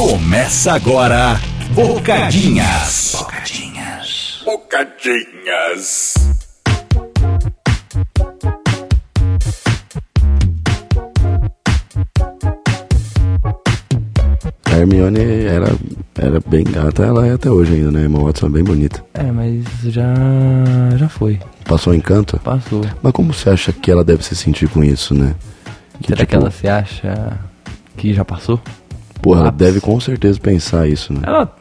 Começa agora, Bocadinhas. Bocadinhas. Bocadinhas. A Hermione era, era bem gata, ela é até hoje ainda, né? Emma Watson é bem bonita. É, mas já. já foi. Passou o encanto? Passou. Mas como você acha que ela deve se sentir com isso, né? Que, Será tipo, que ela se acha que já passou? Porra, ela Lápis. deve com certeza pensar isso, né? Ela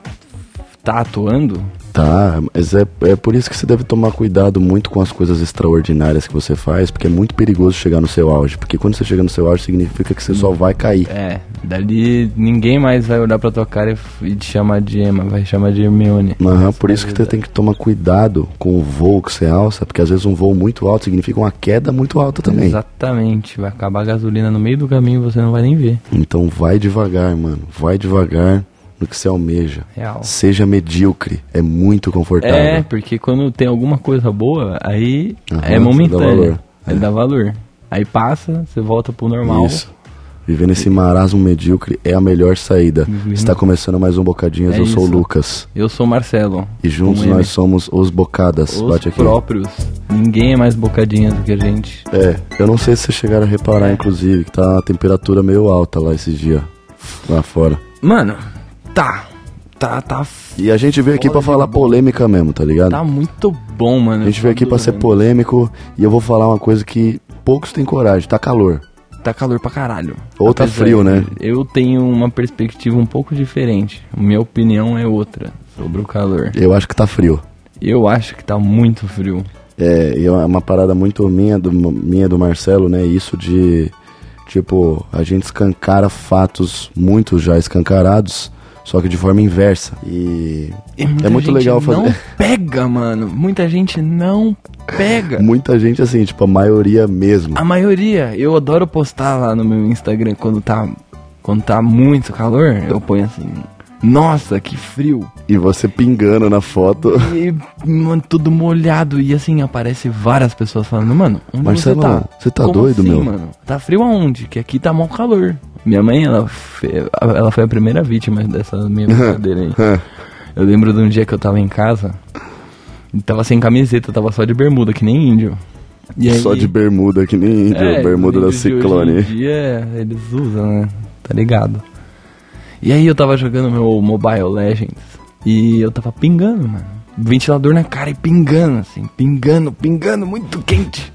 tá atuando? Tá, mas é, é por isso que você deve tomar cuidado muito com as coisas extraordinárias que você faz, porque é muito perigoso chegar no seu auge. Porque quando você chega no seu auge, significa que você só vai cair. É, dali ninguém mais vai olhar pra tua cara e f- e te chamar de Emma, vai chamar de Hermione. Aham, por isso que você tem que tomar cuidado com o voo que você alça, porque às vezes um voo muito alto significa uma queda muito alta também. Exatamente, vai acabar a gasolina no meio do caminho e você não vai nem ver. Então vai devagar, mano. Vai devagar no que você almeja. Real. Seja medíocre. É muito confortável. É, porque quando tem alguma coisa boa, aí Aham, você é dá momentâneo. valor. É. Aí dá valor. Aí passa, você volta pro normal. Isso. Viver nesse marasmo medíocre é a melhor saída. Uhum. Está começando mais um Bocadinhas. É Eu sou o isso. Lucas. Eu sou o Marcelo. E juntos com ele. nós somos os Bocadas. Os Bate aqui. próprios. Ninguém é mais bocadinha do que a gente. É, eu não sei se vocês chegaram a reparar, inclusive, que tá uma temperatura meio alta lá esse dia. Lá fora. Mano, tá. Tá, tá. f- E a gente veio aqui pra falar polêmica mesmo, tá ligado? Tá muito bom, mano. A gente veio aqui pra ser polêmico e eu vou falar uma coisa que poucos têm coragem. Tá calor. Tá calor pra caralho. Ou tá Apesar frio, de- né? Eu tenho uma perspectiva um pouco diferente. Minha opinião é outra sobre o calor. Eu acho que tá frio. Eu acho que tá muito frio. É, e é uma parada muito minha do, minha do Marcelo, né? Isso de, tipo, a gente escancara fatos muito já escancarados, só que de forma inversa. E E muita é muito gente legal Não fazer. pega, mano. Muita gente não pega. Muita gente, assim, tipo, a maioria mesmo. A maioria, eu adoro postar lá no meu Instagram quando tá quando tá muito calor, eu ponho assim: "Nossa, que frio". E você pingando na foto. E mano, tudo molhado e assim aparece várias pessoas falando: "Mano, onde Marcelo, você tá? você tá Como doido, assim, meu?" mano? Tá frio aonde? Que aqui tá mó calor". Minha mãe, ela fe- ela foi a primeira vítima dessa minha brincadeira aí. É. Eu lembro de um dia que eu tava em casa, e tava sem camiseta, tava só de bermuda, que nem índio. E aí- Só de bermuda, que nem índio, bermuda É, os da vídeos de Ciclone. Hoje em dia, eles usam, né? Tá ligado? E aí eu tava jogando meu Mobile Legends e eu tava pingando, mano. Ventilador na cara e pingando, assim, pingando, pingando, muito quente.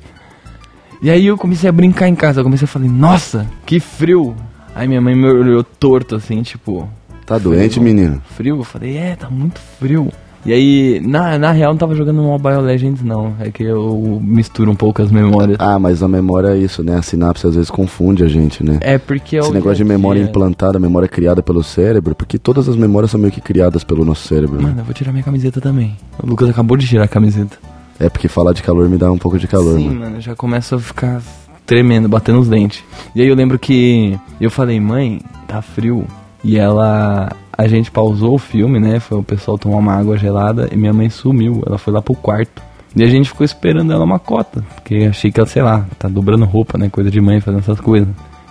E aí eu comecei a brincar em casa, eu comecei a falar, nossa, que frio. Aí minha mãe me olhou torto, assim, tipo, Tá doente, menino? frio? Eu falei, é, tá muito frio. E aí, na, na real, eu não tava jogando Mobile Legends, não. É que eu misturo um pouco as memórias. Ah, mas a memória é isso, né? A sinapse às vezes confunde a gente, né? É porque é Esse o negócio de dia a memória dia. implantada, memória criada pelo cérebro, porque todas as memórias são meio que criadas pelo nosso cérebro. né? Mano, eu vou tirar minha camiseta também. O Lucas acabou de tirar a camiseta. É porque falar de calor me dá um pouco de calor, Sim, mano. mano, eu já começo a ficar tremendo, batendo os dentes. E aí eu lembro que eu falei, mãe, tá frio. E ela. A gente pausou o filme, né? Foi o pessoal tomar uma água gelada e minha mãe sumiu. Ela foi lá pro quarto. E a gente ficou esperando ela uma cota. Porque achei que ela, sei lá, tá dobrando roupa, né? Coisa de mãe fazendo essas coisas.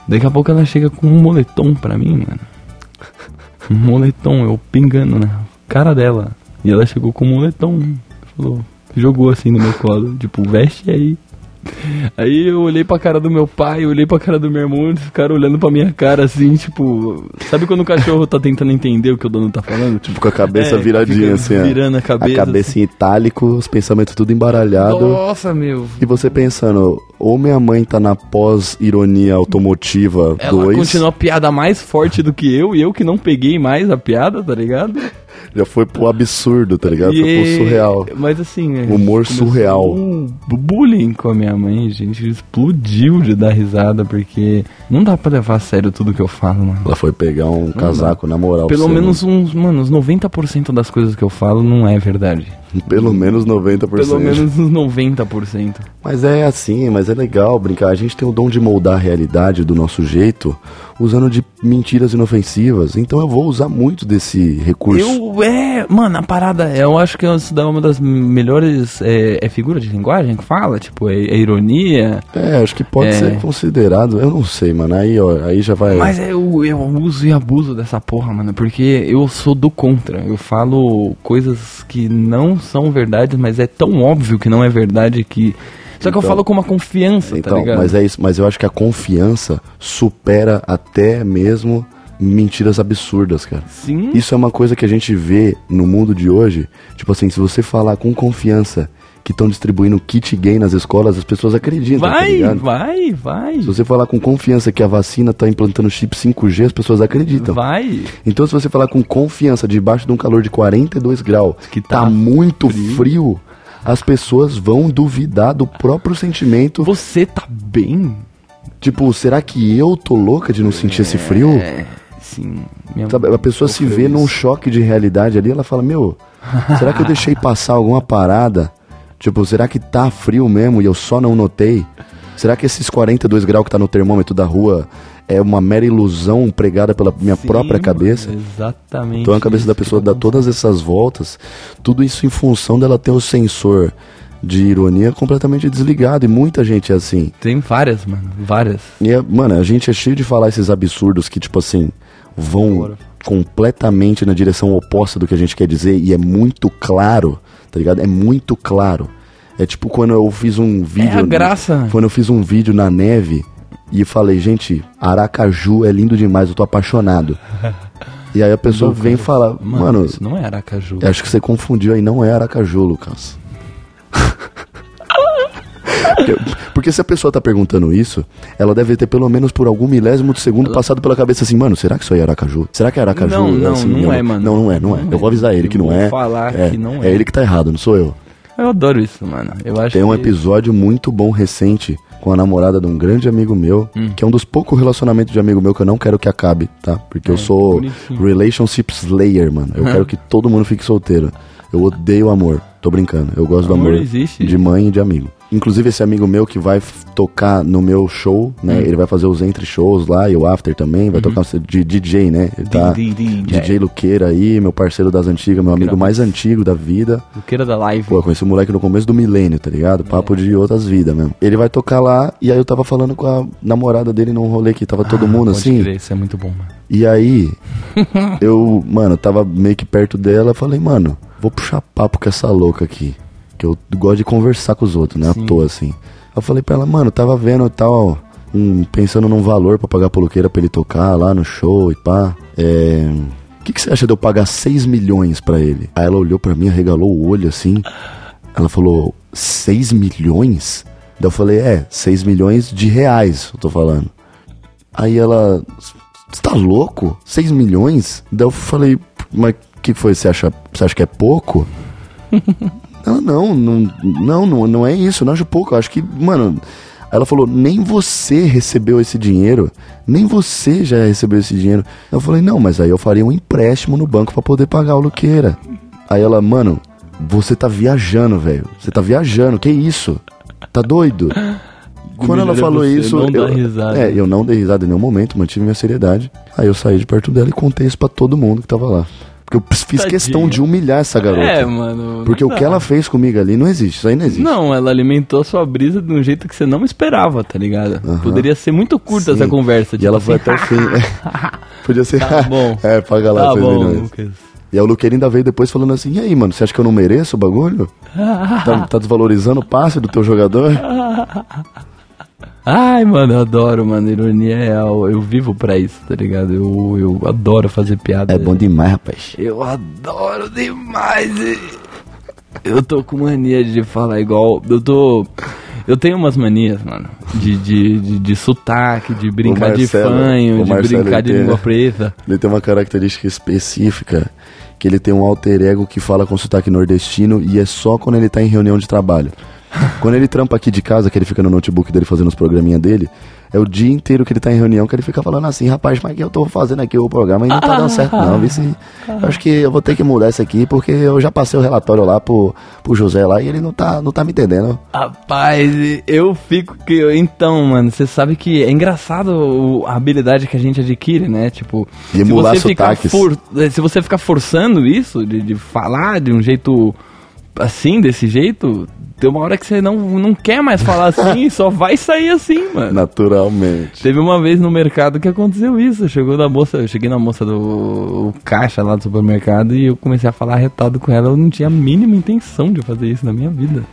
Daqui a pouco ela chega com um moletom pra mim, mano. um moletom, eu pingando na cara dela. E ela chegou com um moletom. Falou, jogou assim no meu colo, tipo, veste aí. Aí eu olhei pra cara do meu pai, eu olhei pra cara do meu irmão, eles ficaram olhando pra minha cara assim, tipo. Sabe quando o cachorro tá tentando entender o que o dono tá falando? Tipo, Tipo, com a cabeça É, viradinha, fica assim, ó. virando a cabeça, assim. em itálico, os pensamentos tudo embaralhado. nossa, meu. E você pensando, ou minha mãe tá na pós-ironia automotiva Ela 2, continuou a piada mais forte do que eu, e eu que não peguei mais a piada, tá ligado? já foi pro absurdo, tá ligado? Foi E- pro surreal. Mas assim, é, Humor começou surreal. Um bullying com a minha mãe, gente, explodiu de dar risada, porque não dá pra levar a sério tudo que eu falo, mano. Ela foi pegar um casaco, na moral. Pelo pra você, menos uns, mano, uns 90% das coisas que eu falo não é verdade. Pelo menos 90%. Pelo menos uns 90%. Mas é assim, mas é legal brincar. A gente tem o dom de moldar a realidade do nosso jeito usando de mentiras inofensivas. Então eu vou usar muito desse recurso. Eu, é, mano, a parada, eu acho que isso dá uma das melhores. É, é figura de linguagem que fala? Tipo, é, é ironia. É, acho que pode É. ser considerado. Eu não sei, mano. Aí, ó, aí já vai. Mas é, eu, eu uso e abuso dessa porra, mano, porque eu sou do contra. Eu falo coisas que não são verdade, mas é tão óbvio que não é verdade que. Só que eu Então- falo com uma confiança, tá Então, ligado? mas é isso, mas eu acho que a confiança supera até mesmo mentiras absurdas, cara. Sim. Isso é uma coisa que a gente vê no mundo de hoje. Tipo assim, se você falar com confiança que estão distribuindo kit gay nas escolas, as pessoas acreditam, tá Vai, ligado? vai, vai. Se você falar com confiança que a vacina tá implantando chip 5G, as pessoas acreditam. Vai. Então, se você falar com confiança debaixo de um calor de 42 graus, Que que tá tá, muito frio. as pessoas vão duvidar do próprio sentimento. Você tá bem? Tipo, será que eu tô louca de não sentir esse frio? É, sim. Minha Sabe, a pessoa se sofreu vê isso. num choque de realidade ali, ela fala, meu, será que eu deixei passar alguma parada? Tipo, será que tá frio mesmo e eu só não notei? Será que esses 42 graus que tá no termômetro da rua é uma mera ilusão pregada pela minha Sim, própria mano, cabeça? Exatamente. Então a cabeça isso da que pessoa tá dá todas essas voltas, tudo isso em função dela ter o sensor de ironia completamente desligado. E muita gente é assim. Tem várias, mano. Várias. E é- mano, a gente é cheio de falar esses absurdos que, tipo assim, vão completamente na direção oposta do que a gente quer dizer e é muito claro, tá ligado? É muito claro. É tipo quando eu fiz um vídeo. É a graça. né? Quando eu fiz um vídeo na neve e falei, gente, Aracaju é lindo demais, eu tô apaixonado. e aí a pessoa vem falar, né? Mano, mano isso não é Aracaju. eu Acho que você confundiu aí, não é Aracaju, Lucas. Porque- Porque se a pessoa tá perguntando isso, ela deve ter pelo menos por algum milésimo de segundo passado pela cabeça assim, mano, será que isso aí é Aracaju? Será que é Aracaju? Não, não, assim, não eu- é, mano. Não, não é, não é. Não eu vou é. avisar ele que Eu não vou é. falar é, que não É é. ele que tá errado, não sou eu. Eu adoro isso, mano. Eu acho é Tem um que- episódio muito bom recente com a namorada de um grande amigo meu, Hum. que é um dos poucos relacionamentos de amigo meu que eu não quero que acabe, tá? Porque eu sou É, bonitinho. relationship slayer, mano. Eu quero que todo mundo fique solteiro. Eu odeio amor. Tô brincando. Eu gosto Amor do amor existe. de mãe e de amigo. Inclusive esse amigo meu que vai f- tocar no meu show, Hum. né? Ele vai fazer os entre shows lá e o after também, Uhum. vai tocar de DJ, né? Ele tá DJ. DJ Luqueira aí, meu parceiro das antigas, meu amigo mais antigo da vida. Luqueira da live. Pô, eu conheci o moleque no começo do milênio, tá ligado? Papo de outras vidas mesmo. Ele vai tocar lá, e aí eu tava falando com a namorada dele num rolê que tava todo mundo Ah, Pode assim. crer, isso é muito bom, mano. E aí, eu, mano, tava meio que perto dela, falei, mano, vou puxar papo com essa louca aqui. Que eu gosto de conversar com os outros, né? À toa, assim. Eu falei pra ela, mano, tava vendo e tal, um, pensando num valor pra pagar pro Luqueira pra ele tocar lá no show e pá. É. O que, que você acha de eu pagar 6 milhões pra ele? Aí ela olhou pra mim, arregalou o olho assim. Ela falou, 6 milhões? Daí eu falei, é, 6 milhões de reais, eu tô falando. Aí ela. Você tá louco? 6 milhões? Daí eu falei, mas o que foi? Você acha, você acha que é pouco? ela, não, não, não, não, não é isso, não acho pouco. Eu acho que, mano. Aí Ela falou, nem você recebeu esse dinheiro, nem você já recebeu esse dinheiro. Eu falei, não, mas aí eu faria um empréstimo no banco pra poder pagar o Luqueira. Aí ela, mano, você tá viajando, velho. Você tá viajando, que isso? Tá doido? Quando ela Melhor falou você isso. não eu, dar risada. É, eu não dei risada em nenhum momento, mantive minha seriedade. Aí eu saí de perto dela e contei isso pra todo mundo que tava lá. Porque eu fiz Tadinha. questão de humilhar essa garota. É, mano. não porque o dá. que ela fez comigo ali não existe, isso aí não existe. Não, ela alimentou a sua brisa de um jeito que você não esperava, tá ligado? Aham. Poderia ser muito Sim. curta essa conversa. E tipo ela assim, foi até o fim. Podia ser. Tá bom. é, paga lá, Tá vocês bom, viram isso. Lucas. E aí o Luqueira ainda veio depois falando assim: e aí, mano, você acha que eu não mereço o bagulho? tá, tá desvalorizando o passe do teu jogador? Ai, mano, eu adoro, mano. Ironia é. Eu, eu vivo pra isso, tá ligado? Eu, eu adoro fazer piada. É bom demais, rapaz. Eu adoro demais. e- Eu tô com mania de falar igual. Eu tô. Eu tenho umas manias, mano. De, de, de, de sotaque, de brincar Marcelo- de o fanho, de Marcelo brincar de inteiro. língua preta. Ele tem uma característica específica que ele tem um alter ego que fala com sotaque nordestino e é só quando ele tá em reunião de trabalho. Quando ele trampa aqui de casa, que ele fica no notebook dele fazendo os programinha dele, é o dia inteiro que ele tá em reunião que ele fica falando assim, rapaz, mas que eu tô fazendo aqui o programa e não tá dando certo não, viu? Se- eu Acho que eu vou ter que mudar isso aqui, porque eu já passei o relatório lá pro, pro José lá e ele não tá, não tá me entendendo. Rapaz, eu fico que. Então, mano, você sabe que é engraçado o- a habilidade que a gente adquire, né? Tipo, De emular se você, ficar sotaques. for- eh, se você ficar forçando isso, de, de falar de um jeito assim, desse jeito, tem uma hora que você não, não quer mais falar assim, só vai sair assim, mano. Naturalmente. Teve uma vez no mercado que aconteceu isso. Chegou na moça, eu cheguei na moça do caixa lá do supermercado e eu comecei a falar retado com ela. Eu não tinha a mínima intenção de fazer isso na minha vida.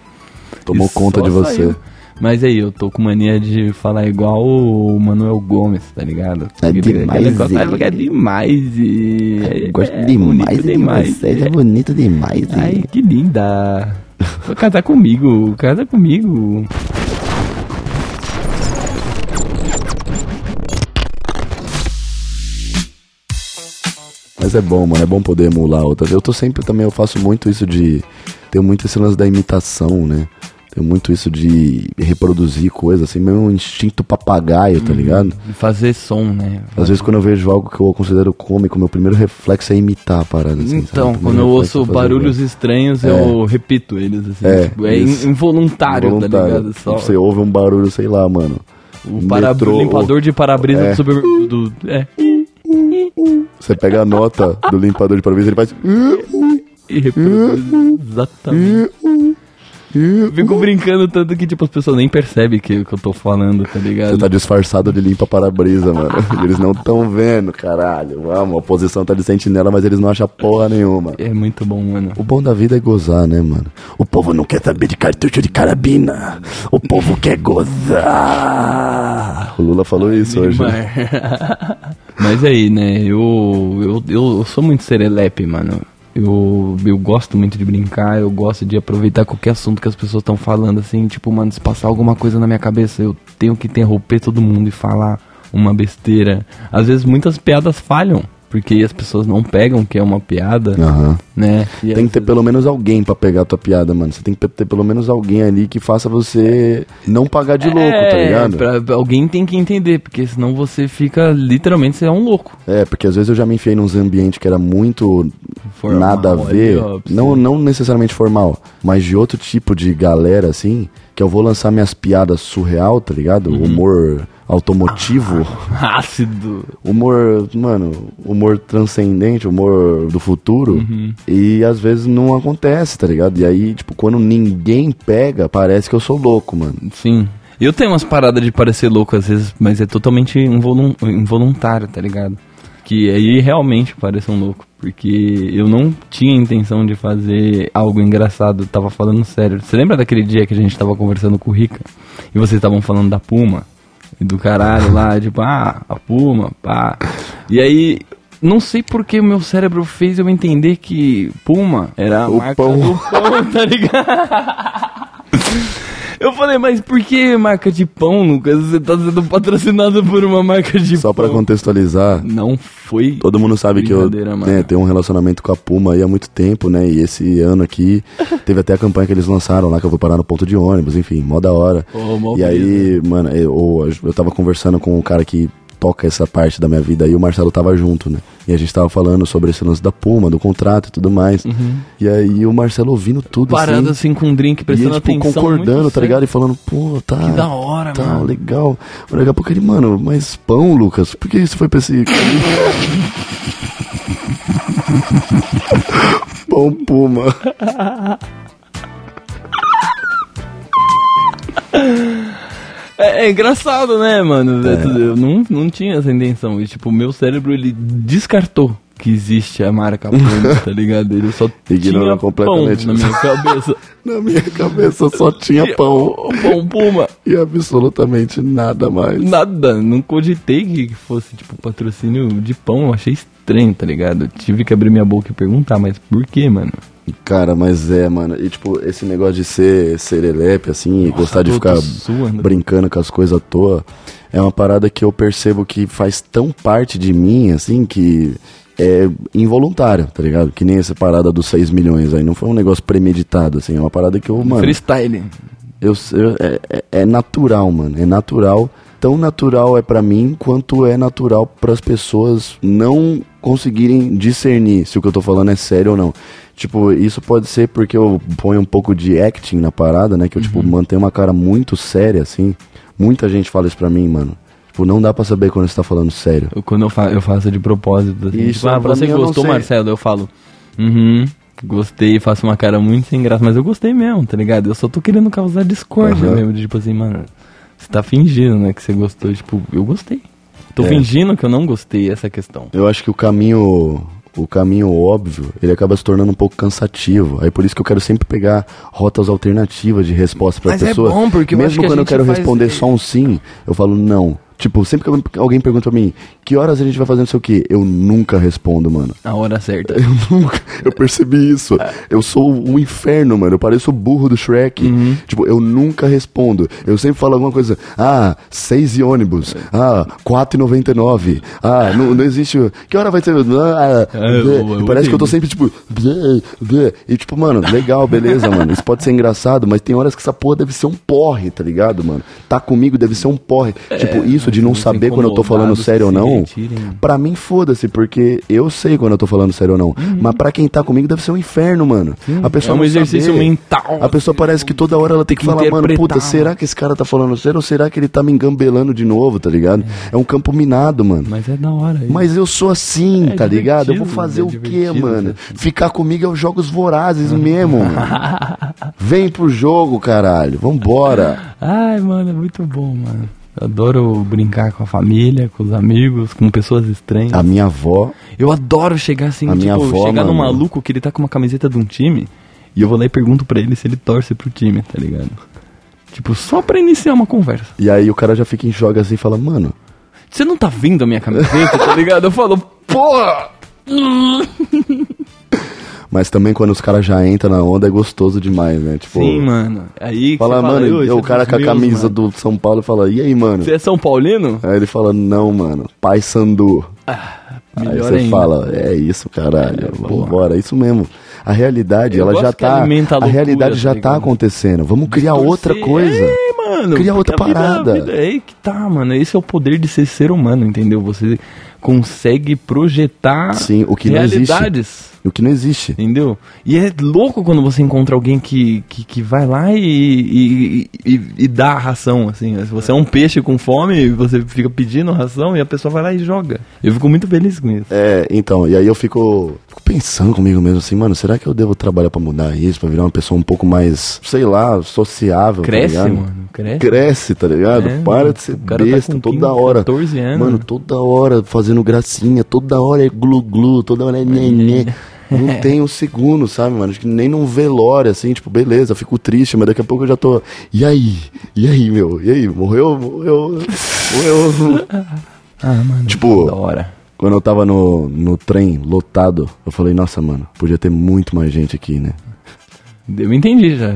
Tomou E conta só de você. saiu. Mas aí, eu tô com mania de falar igual o Manuel Gomes, tá ligado? É Aquele- demais, aquele negócio, ele. É demais. E... Eu Gosto é demais, bonito de vocês, é é. bonito demais. hein? Ai, que linda. Vou casar comigo, casa comigo. Mas é bom, mano, é bom poder emular outras. Eu tô sempre também, eu faço muito isso de. Tenho muito esse lance da imitação, né? Tenho muito isso de reproduzir coisas, assim, meio um instinto papagaio, Uhum. tá ligado? Fazer som, né? Às vezes quando eu vejo algo que eu considero cômico, meu primeiro reflexo é imitar a parada, assim, sabe? Então, Meu quando eu primeiro reflexo ouço é fazer barulhos estranhos, eu repito eles, assim. É, tipo, é isso. in- involuntário, tá Involuntário. ligado? Só Você ouve um barulho, sei lá, mano. o para... metrô, limpador de para-brisa É. do super... Do... É, Você pega a nota do limpador de parabéns, ele faz. e reproduz. Exatamente. Eu Fico brincando tanto que, tipo, as pessoas nem percebem que, que eu tô falando, tá Você ligado? tá disfarçado de limpa para-brisa, mano. Eles não tão vendo, caralho. Vamos, a oposição tá de sentinela, mas eles não acham porra nenhuma. É muito bom, mano. O bom da vida é gozar, né, mano? O povo não quer saber de cartucho de carabina. O povo quer gozar. O Lula falou isso hoje. né? Mas- Mas aí, né? Eu, eu, eu, eu sou muito serelepe, mano. Eu, eu gosto muito de brincar, eu gosto de aproveitar qualquer assunto que as pessoas estão falando, assim, tipo, mano, se passar alguma coisa na minha cabeça, eu tenho que interromper todo mundo e falar uma besteira. Às vezes muitas piadas falham, porque as pessoas não pegam que é uma piada, Aham. né? E Tem que ter pelo menos alguém pra pegar a tua piada, mano. Você tem que ter pelo menos alguém ali que faça você não pagar de louco, tá É, ligado? pra- pra- alguém tem que entender, porque senão você fica, literalmente, você é um louco. É, porque às vezes eu já me enfiei num ambiente que era muito Formal, nada a ver. ali, ó, pra Não, não necessariamente formal, mas de outro tipo de galera, assim, que eu vou lançar minhas piadas surreal, tá ligado? Uhum. Humor automotivo. Ah. Ácido. Humor, mano, humor transcendente, humor do futuro. Uhum. E às vezes não acontece, tá ligado? E aí, tipo, quando ninguém pega, parece que eu sou louco, mano. Sim. Eu tenho umas paradas de parecer louco às vezes, mas é totalmente involun- involuntário, tá ligado? Que aí realmente parece um louco. Porque eu não tinha intenção de fazer algo engraçado, eu tava falando sério. Você lembra daquele dia que a gente tava conversando com o Rica? E vocês estavam falando da Puma? E do caralho lá, tipo, ah, a Puma, pá. E aí, não sei porque o meu cérebro fez eu entender que Puma era a O marca pão. do pão, tá ligado? Eu falei, mas por que marca de pão, Lucas? Você tá sendo patrocinado por uma marca de Só pra pão. contextualizar, Não foi. Todo mundo sabe que eu Brincadeira, mano. né, tenho um relacionamento com a Puma aí há muito tempo, né? E esse ano aqui teve até a campanha que eles lançaram lá, que eu vou parar no ponto de ônibus, enfim, mó da hora. Ô, mó né? e aí, mano, eu, eu tava conversando com um cara que toca essa parte da minha vida e o Marcelo tava junto, né? E a gente tava falando sobre esse lance da Puma, do contrato e tudo mais. E aí o Marcelo ouvindo tudo Uhum. Parando assim. assim com um drink, E prestando ele, tipo, atenção. concordando, muito tá ligado? E falando, pô, tá. Que da hora, tá, mano. legal. Mas daqui a pouco ele, mano, mas pão, Lucas, por que isso foi pra esse. pão Puma. É, é engraçado, né, mano? É. Eu não, não tinha essa intenção. E, tipo, o meu cérebro, ele descartou que existe a marca Puma, tá ligado? Ele só Ignorou tinha completamente. pão na minha cabeça. Na minha cabeça só tinha pão Pão Puma. e absolutamente nada mais. Nada, não cogitei que fosse, tipo, patrocínio de pão, eu achei estranho, tá ligado? Eu tive que abrir minha boca e perguntar, mas por que, mano? Cara, mas é, mano. E tipo, esse negócio de ser serelepe, assim, e gostar de tô- ficar tô suando. brincando com as coisas à toa, é uma parada que eu percebo que faz tão parte de mim, assim, que é involuntário, tá ligado? Que nem essa parada dos 6 milhões aí. Não foi um negócio premeditado, assim. É uma parada que eu, mano. Freestyle. Eu, eu- é, é- é natural, mano. É natural. Tão natural é pra mim quanto é natural pras pessoas não conseguirem discernir se o que eu tô falando é sério ou não. Tipo, isso pode ser porque eu ponho um pouco de acting na parada, né? Que eu, tipo, mantenho uma cara muito séria, assim. Muita gente fala isso pra mim, mano. Tipo, não dá pra saber quando você tá falando sério. Eu- quando eu, fa eu faço de propósito. Assim, Isso, é tipo, ah, pra você mim, eu não gostou, sei. Marcelo? Eu falo, uhum, gostei, faço uma cara muito sem graça, mas eu gostei mesmo, tá ligado? Eu só tô querendo causar discórdia Aham. mesmo, de, tipo assim, mano, você tá fingindo, né, que você gostou, tipo, eu gostei. Tô É. fingindo que eu não gostei, essa é a questão. Eu acho que o caminho, o caminho óbvio, ele acaba se tornando um pouco cansativo. Aí por isso que eu quero sempre pegar rotas alternativas de resposta pra Mas é pessoa. bom, porque eu mesmo acho que a quando eu gente quero faz- responder só um sim, eu falo não. Tipo, sempre que alguém- alguém pergunta pra mim, que horas a gente vai fazer não sei o quê, eu nunca respondo, mano. A hora certa. Eu nunca, eu percebi isso. É. Eu sou um inferno, mano. Eu pareço o burro do Shrek. Uhum. Tipo, eu nunca respondo. Eu sempre falo alguma coisa. Ah, seis e ônibus. É. Ah, 4,99. Ah, não, não existe. Que hora vai ser? Ah, ah, É, blé. eu- eu Parece que eu tô entendo. sempre tipo. blé, blé. E tipo, mano, legal, beleza, mano. Isso pode ser engraçado, mas tem horas que essa porra deve ser um porre, tá ligado, mano? Tá comigo deve ser um porre. É, tipo, isso de não Os saber quando eu tô falando incomodados sério ou se não. retirem. né? Pra mim, foda-se, porque eu sei quando eu tô falando sério ou não. Mas pra quem tá comigo, deve ser um inferno, mano. A pessoa Uhum. é um não exercício saber. mental, A pessoa parece que toda hora ela tem que, que falar, mano, interpretar, puta, será que esse cara tá falando sério ou será que ele tá me engambelando de novo, tá ligado? É, um campo minado, mano. Mas é da hora. isso. Mas eu sou assim, É tá ligado? Eu vou divertido, fazer é o quê, divertido mano? ser Ficar comigo é os jogos vorazes mesmo. mano. Vem pro jogo, caralho. Vambora. Ai, mano, é muito bom, mano. Eu Adoro brincar com a família, com os amigos, com pessoas estranhas. A minha avó, Eu adoro chegar assim, A tipo, minha avó, chegar num mano. maluco que ele tá com uma camiseta de um time e eu vou lá e pergunto pra ele se ele torce pro time, tá ligado? Tipo, só pra iniciar uma conversa. e aí o cara já fica em jogo assim e fala, mano, Você não tá vendo a minha camiseta, tá ligado? Eu falo, porra! Mas também quando os caras já entram na onda é gostoso demais, né? Tipo, Sim, mano. Aí que fala, você mano, "Ô, e você o é cara dos com a meus, camisa mano. do São Paulo fala, e aí, mano? Você é São Paulino? Aí ele fala, não, mano, pai Sandu. aí Ah, Melhor você ainda. fala, é isso, caralho, vambora, é isso mesmo. A realidade, Eu ela já gosto que tá. alimenta a loucura, realidade já tá tá ligado? acontecendo. Vamos criar Torcer. outra coisa. É, mano. Criar outra porque a vida- a parada. vida- é aí que tá, mano. Esse é o poder de ser ser humano, entendeu? Você consegue projetar Sim, o que não existe. realidades. O que não existe. Entendeu? E é louco quando você encontra alguém que, que, que vai lá e, e, e- e dá a ração, assim. Se você é um peixe com fome, você fica pedindo ração e a pessoa vai lá e joga. Eu fico muito feliz com isso. É, então, e aí eu fico, fico pensando comigo mesmo assim, mano, será que eu devo trabalhar pra mudar isso, pra virar uma pessoa um pouco mais, sei lá, sociável? tá Cresce, ligado? mano. Cresce. cresce, tá ligado? É, Para mano. de ser O cara tá besta com toda 15, hora. 14 anos. Mano, toda hora fazendo gracinha, toda hora é glu-glu, toda hora é nenê. Não tem um segundo, sabe, mano? Acho que nem num velório, assim, tipo, beleza, fico triste, mas daqui a pouco eu já tô. E aí? E aí, meu? E aí? Morreu? Morreu? Morreu? Ah, mano. Tipo- Da hora. Quando eu tava no, no trem lotado, eu falei, nossa, mano, podia ter muito mais gente aqui, né? Eu entendi já.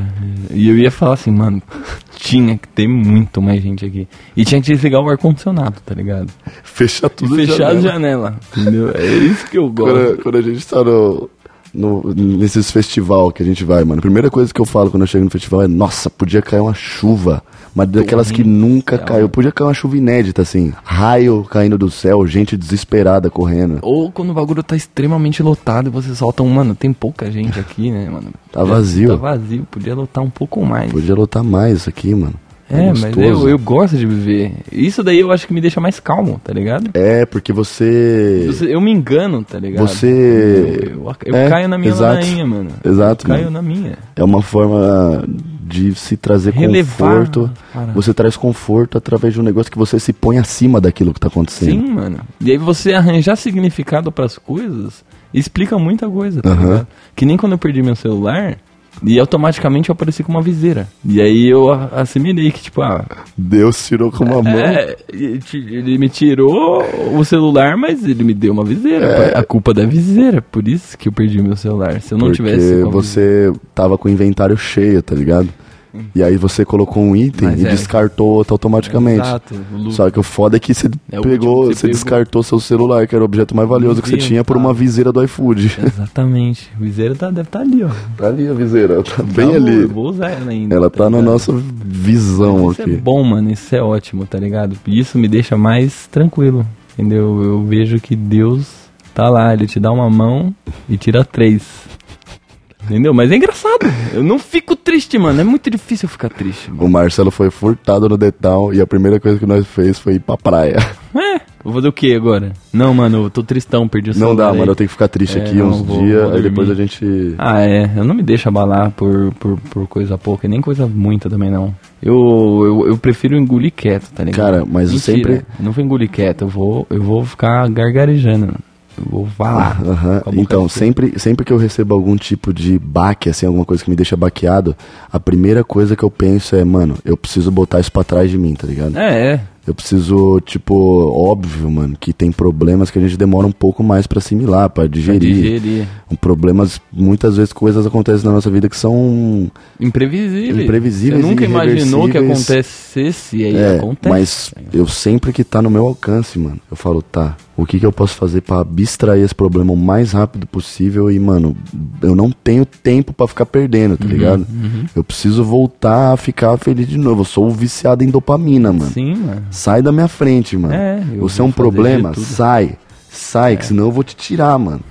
E eu ia falar assim, mano, tinha que ter muito mais gente aqui. E tinha que desligar o ar-condicionado, tá ligado? Fechar E tudo né? fechar a janela. Entendeu? É isso que eu gosto. Quando, quando a gente tá no, no- nesses festival que a gente vai, mano, a primeira coisa que eu falo quando eu chego no festival é, nossa, podia cair uma chuva. Mas daquelas que É, nunca caiu. Podia cair uma chuva inédita, assim. Raio caindo do céu, gente desesperada correndo. Ou quando o bagulho tá extremamente lotado e você solta um, mano, tem pouca gente aqui, né, mano? Tá vazio. Tá vazio, podia lotar um pouco mais. Podia lotar mais isso aqui, mano. É, mas gostoso. eu, eu gosto de viver. Isso daí eu acho que me deixa mais calmo, tá ligado? É, porque você... Você- Eu me engano, tá ligado? É. Você- Eu, eu- eu É, caio na minha exato. ladainha, mano. Exato, eu caio mano. na minha. É uma forma de se trazer Relevar conforto. as paradas. Você traz conforto através de um negócio que você se põe acima daquilo que tá acontecendo. Sim, mano. E aí você arranjar significado pras coisas explica muita coisa, tá Aham. ligado? Que nem quando eu perdi meu celular e automaticamente eu apareci com uma viseira. E aí eu a- assimilei que, tipo, ah, Deus tirou com uma mão. é, e ti- ele me tirou o celular, mas ele me deu uma viseira. A culpa da viseira, por isso que eu perdi meu celular. Se eu não É. Porque tivesse. com a você tava com o inventário cheio, tá ligado? E aí você colocou um item Mas e é. descartou outro automaticamente. Exato. Lu- Só que o foda é que você É o pegou, último que você, você pegou. descartou seu celular, que era o objeto mais valioso que você Vizinho, tinha, por tá. uma viseira do iFood. Exatamente. O viseiro tá, deve estar tá ali, ó. Tá ali a viseira, tá bem Vamos, ali. eu Vou usar ela ainda. Ela tá na ligado? nossa visão Isso é aqui. bom, mano. Isso é ótimo, tá ligado? E Isso me deixa mais tranquilo, entendeu? Eu vejo que Deus tá lá, ele te dá uma mão e tira três. Entendeu? Mas é engraçado. Eu não fico triste, mano. É muito difícil eu ficar triste, mano. O Marcelo foi furtado no Detal e a primeira coisa que nós fez foi ir pra praia. É, vou fazer o que agora? Não, mano, eu tô tristão, perdi o não celular. dá, aí. mano, eu tenho que ficar triste É, aqui não, uns vou- dias, vou aí depois a dormir. gente. Ah, é. Eu não me deixo abalar por, por, por coisa pouca, e nem coisa muita também, não. Eu, eu, eu prefiro engolir quieto, tá ligado? Cara, mas eu Mentira, sempre- eu Não vou engolir quieto, eu vou, eu vou ficar gargarejando. Eu vou falar. Aham, com a boca Então, cheia. sempre, sempre que eu recebo algum tipo de baque, assim, alguma coisa que me deixa baqueado, a primeira coisa que eu penso é, mano, eu preciso botar isso pra trás de mim, tá ligado? É, é. Eu preciso, tipo, óbvio, mano, que tem problemas que a gente demora um pouco mais pra assimilar, pra Pra digerir. Um digerir. Problemas, muitas vezes coisas acontecem na nossa vida que são Imprevisível. Imprevisíveis Você nunca e imaginou que irreversíveis. acontecesse e aí É, acontece. mas eu sempre que tá no meu alcance, mano, eu falo, tá, o que que eu posso fazer pra abstrair esse problema o mais rápido possível e, mano, eu não tenho tempo pra ficar perdendo, Uhum, tá ligado? Eu preciso voltar a ficar feliz de novo. Eu sou viciado em dopamina, mano. Sim, mano. Sai da minha frente, mano. É, eu Você é um vou fazer problema, de tudo. É. sai. Sai, que senão eu vou te tirar, mano.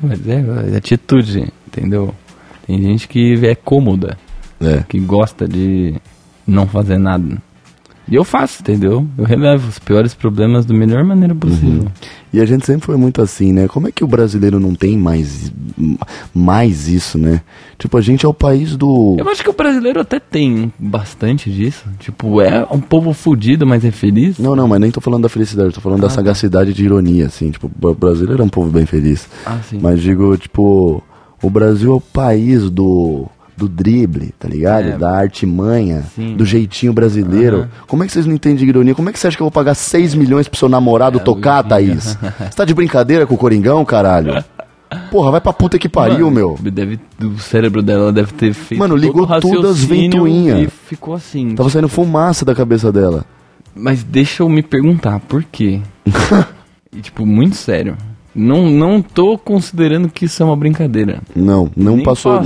Mas é, é atitude, entendeu? Tem gente que é cômoda. É. que gosta de não fazer nada. E eu faço, entendeu? Eu relevo os piores problemas da melhor maneira possível. Uhum. E a gente sempre foi muito assim, né? Como é que o brasileiro não tem mais, mais isso, né? Tipo, a gente é o país do. Eu acho que o brasileiro até tem bastante disso. Tipo, é um povo fudido, mas é feliz. Não, não, mas nem tô falando da felicidade, tô Ah, falando da tá. sagacidade de ironia, assim. Tipo, o brasileiro é um povo bem feliz. Ah, sim. Mas digo, tipo, o Brasil é o país do, do drible, tá ligado? É. Da artimanha, Sim. do jeitinho brasileiro. Como é que vocês não entendem de ironia? Como é que você acha que eu vou pagar 6 milhões pro seu É, namorado tocar, vi. Thaís? Você tá de brincadeira com o Coringão, caralho? Porra, vai pra puta que pariu, Mano, meu. Deve, o cérebro dela deve ter feito. Mano, todo ligou o raciocínio tudo as ventoinhas. E ficou assim. Tava Tá saindo fumaça da cabeça dela. Mas deixa eu me perguntar, por quê? e, tipo, muito sério. Não, não tô considerando que isso é uma brincadeira. Não, não Nem passou.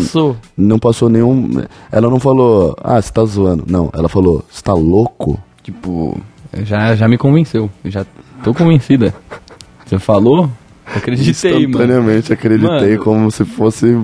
Não passou nenhum. Ela não falou, ah, você tá zoando. Não, ela falou, você tá louco? Tipo, já, já me convenceu. Eu já tô convencida. Você falou? eu Acreditei, mano. Instantaneamente acreditei Mano. como se fosse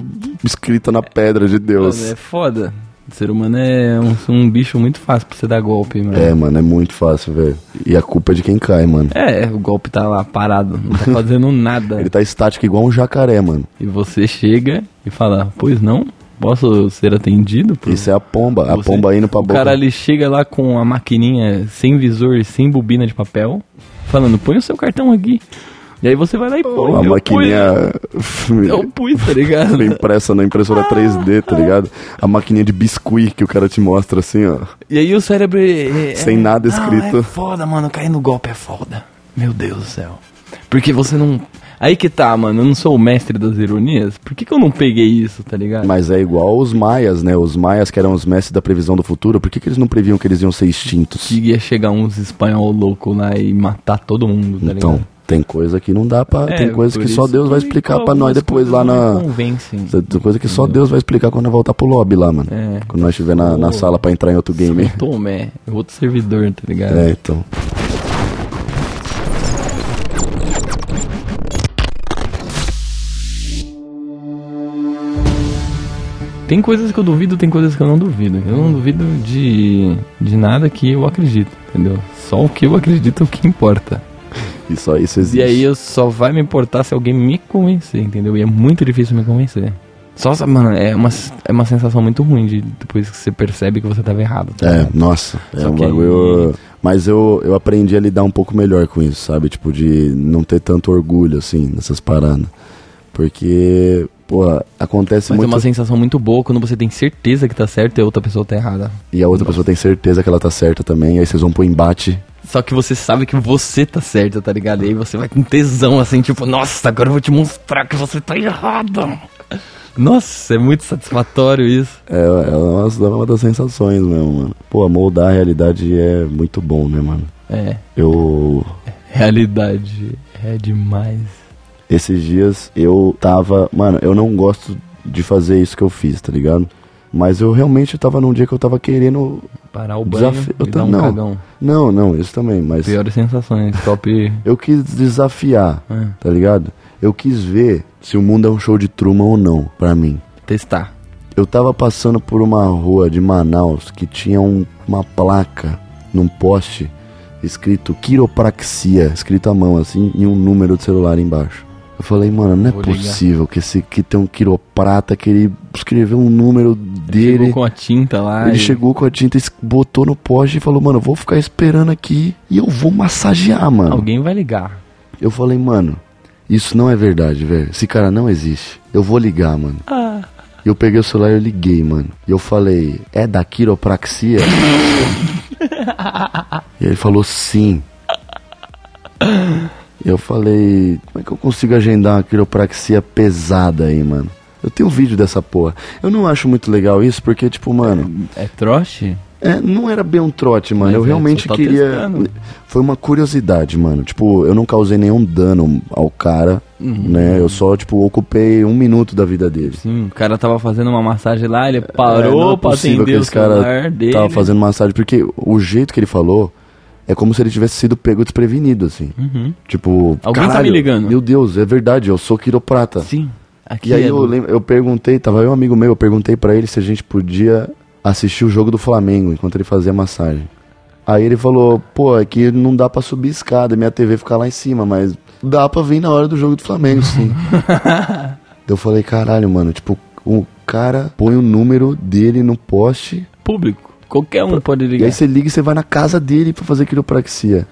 escrita na pedra de Mano, Deus. é foda. O ser humano é um, um bicho muito fácil pra você dar golpe, mano. É, mano, é muito fácil, velho. E a culpa é de quem cai, mano. É, o golpe tá lá parado, não tá fazendo nada. Ele tá estático igual um jacaré, mano. E você chega e fala, pois não? Posso ser atendido? por Isso é a pomba, a você?" pomba indo pra O boca. cara ele chega lá com a maquininha sem visor e sem bobina de papel, falando, põe o seu cartão aqui. E aí você vai lá e põe. a Eu maquininha pus- Eu pus, tá ligado? foi impressa na impressora 3D, tá ligado? A maquininha de biscuit que o cara te mostra assim, ó. E aí o cérebro. é- é- Sem nada Não, escrito. é foda, mano. Cair no golpe é foda. Meu Deus do céu. Porque você não. Aí que tá, mano. Eu não sou o mestre das ironias. Por que, que eu não peguei isso, tá ligado? Mas é igual os maias, né? Os maias que eram os mestres da previsão do futuro, por que, que eles não previam que eles iam ser extintos? Que ia chegar uns espanhol louco lá e matar todo mundo, tá então, ligado? tem coisa que não dá pra. É, tem coisa por que só isso Deus vai que explicar pra nós algumas depois lá coisas não na. me Convencem. Tem coisa que só Deus vai explicar quando nós voltar pro lobby lá, mano. É. Quando nós estiver na, na Pô. sala pra entrar em outro game. Tomé, é outro servidor, tá ligado? É, então. Tem coisas que eu duvido, tem coisas que eu não duvido. Eu não duvido de, de nada que eu acredito, entendeu? Só o que eu acredito é o que importa. Isso aí, isso existe. E aí eu só vai me importar se alguém me convencer, entendeu? E é muito difícil me convencer. Só, sa- mano, é uma, é uma sensação muito ruim de depois que você percebe que você tava errado. tá É, ligado? nossa, é Só um que aí- bagulho. Mas eu, eu aprendi a lidar um pouco melhor com isso, sabe? Tipo, de não ter tanto orgulho, assim, nessas paradas. Porque, porra, acontece Mas muito. é uma sensação muito boa quando você tem certeza que tá certo e a outra pessoa tá errada. E a outra pessoa tem certeza que ela tá certa também, aí vocês vão pro embate. Só que você sabe que você tá certo, tá ligado? E aí você vai com tesão, assim, tipo, nossa, agora eu vou te mostrar que você tá errado. Nossa, é muito satisfatório isso. É, é uma, é uma das sensações mesmo, mano. Pô, moldar a realidade é muito bom, né, mano? É, Eu. realidade é demais. Esses dias eu tava. Mano, eu não gosto de fazer isso que eu fiz, tá ligado? Mas eu realmente tava num dia que eu tava querendo. Parar o banho Desafio- e dar um não. cagão. Não, não, isso também, mas. Piores sensações, top. Eu quis desafiar, É, tá ligado? Eu quis ver se o mundo é um show de Truman ou não, pra mim. testar. Eu tava passando por uma rua de Manaus que tinha um- uma placa num poste escrito quiropraxia, escrito à mão assim, e um número de celular embaixo. Eu falei, mano, não é Vou ligar. possível que esse que tem um quiroprata que ele escreveu um número dele. Chegou com a tinta lá. Ele e- chegou com a tinta, es- botou no poste e falou, mano, eu vou ficar esperando aqui e eu vou massagear, mano. Alguém vai ligar. Eu falei, mano, isso não é verdade, velho. Esse cara não existe. Eu vou ligar, mano. E eu peguei o celular e eu liguei, mano. E eu falei, é da quiropraxia? e ele falou, sim. E eu falei, como é que eu consigo agendar uma quiropraxia pesada aí, mano? Eu tenho um vídeo dessa porra. Eu não acho muito legal isso, porque, tipo, mano. É troche? É, não era bem um trote, mano. Mas eu é, realmente só tá queria. testando. Foi uma curiosidade, mano. Tipo, eu não causei nenhum dano ao cara, né? Eu só, tipo, ocupei um minuto da vida dele. Uhum. Sim, o cara tava fazendo uma massagem lá, ele É, não parou é pra possível que atender o esse cara celular dele. né? tava fazendo massagem, porque o jeito que ele falou é como se ele tivesse sido pego desprevenido, assim. Uhum. Tipo, Alguém tá "Caralho, me ligando." Meu Deus, é verdade, eu sou quiroprata. Sim. Aqui E aí é eu, do- lembro, eu perguntei, tava eu e um amigo meu, eu perguntei pra ele se a gente podia assistir o jogo do Flamengo enquanto ele fazia massagem. Aí ele falou, pô, é que não dá pra subir escada, minha TV fica lá em cima, mas dá pra vir na hora do jogo do Flamengo, sim. eu falei, caralho, mano, tipo, o cara põe o número dele no poste, público. Qualquer um pode e ligar. aí você liga e você vai na casa dele pra fazer quiropraxia.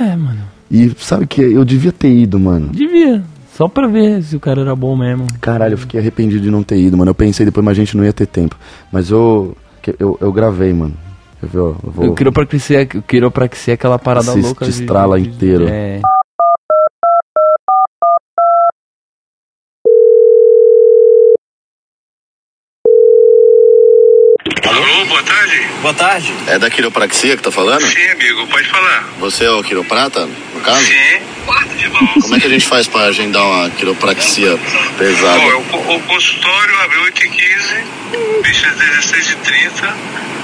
É, mano. E sabe que eu devia ter ido, mano. Devia. Só pra ver se o cara era bom mesmo. Caralho, eu fiquei arrependido de não ter ido, mano. Eu pensei depois, mas a gente não ia ter tempo. Mas eu. que- Eu, eu gravei, mano. Quer ver, ó? Eu vou. O quiropraxia, o quiropraxia é aquela parada Se louca. de- estrala de- inteiro. É. Alô, boa tarde. Boa tarde. É da quiropraxia que tá falando? Sim, amigo, pode falar. Você é o quiroprata, no caso? Sim. Quarto de mão. Como é que a gente faz pra agendar uma quiropraxia Bom, é pesada? o, co- o consultório abre 8h15, fecha às 16h30.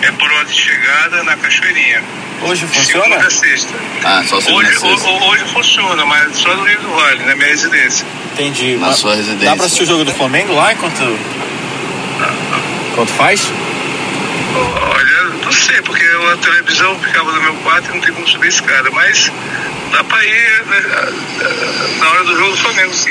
É por hora de chegada na Cachoeirinha. Hoje Segunda funciona? a sexta. Ah, só se Hoje, ho- ho- hoje funciona, mas só no Rio do Vale, na minha residência. Entendi. Na Mas sua residência. Dá pra assistir o jogo do Flamengo lá enquanto. Enquanto faz? Olha, não sei, porque a televisão ficava no meu quarto e não tem como subir a escada, mas dá pra ir né, na hora do jogo do Flamengo, sim.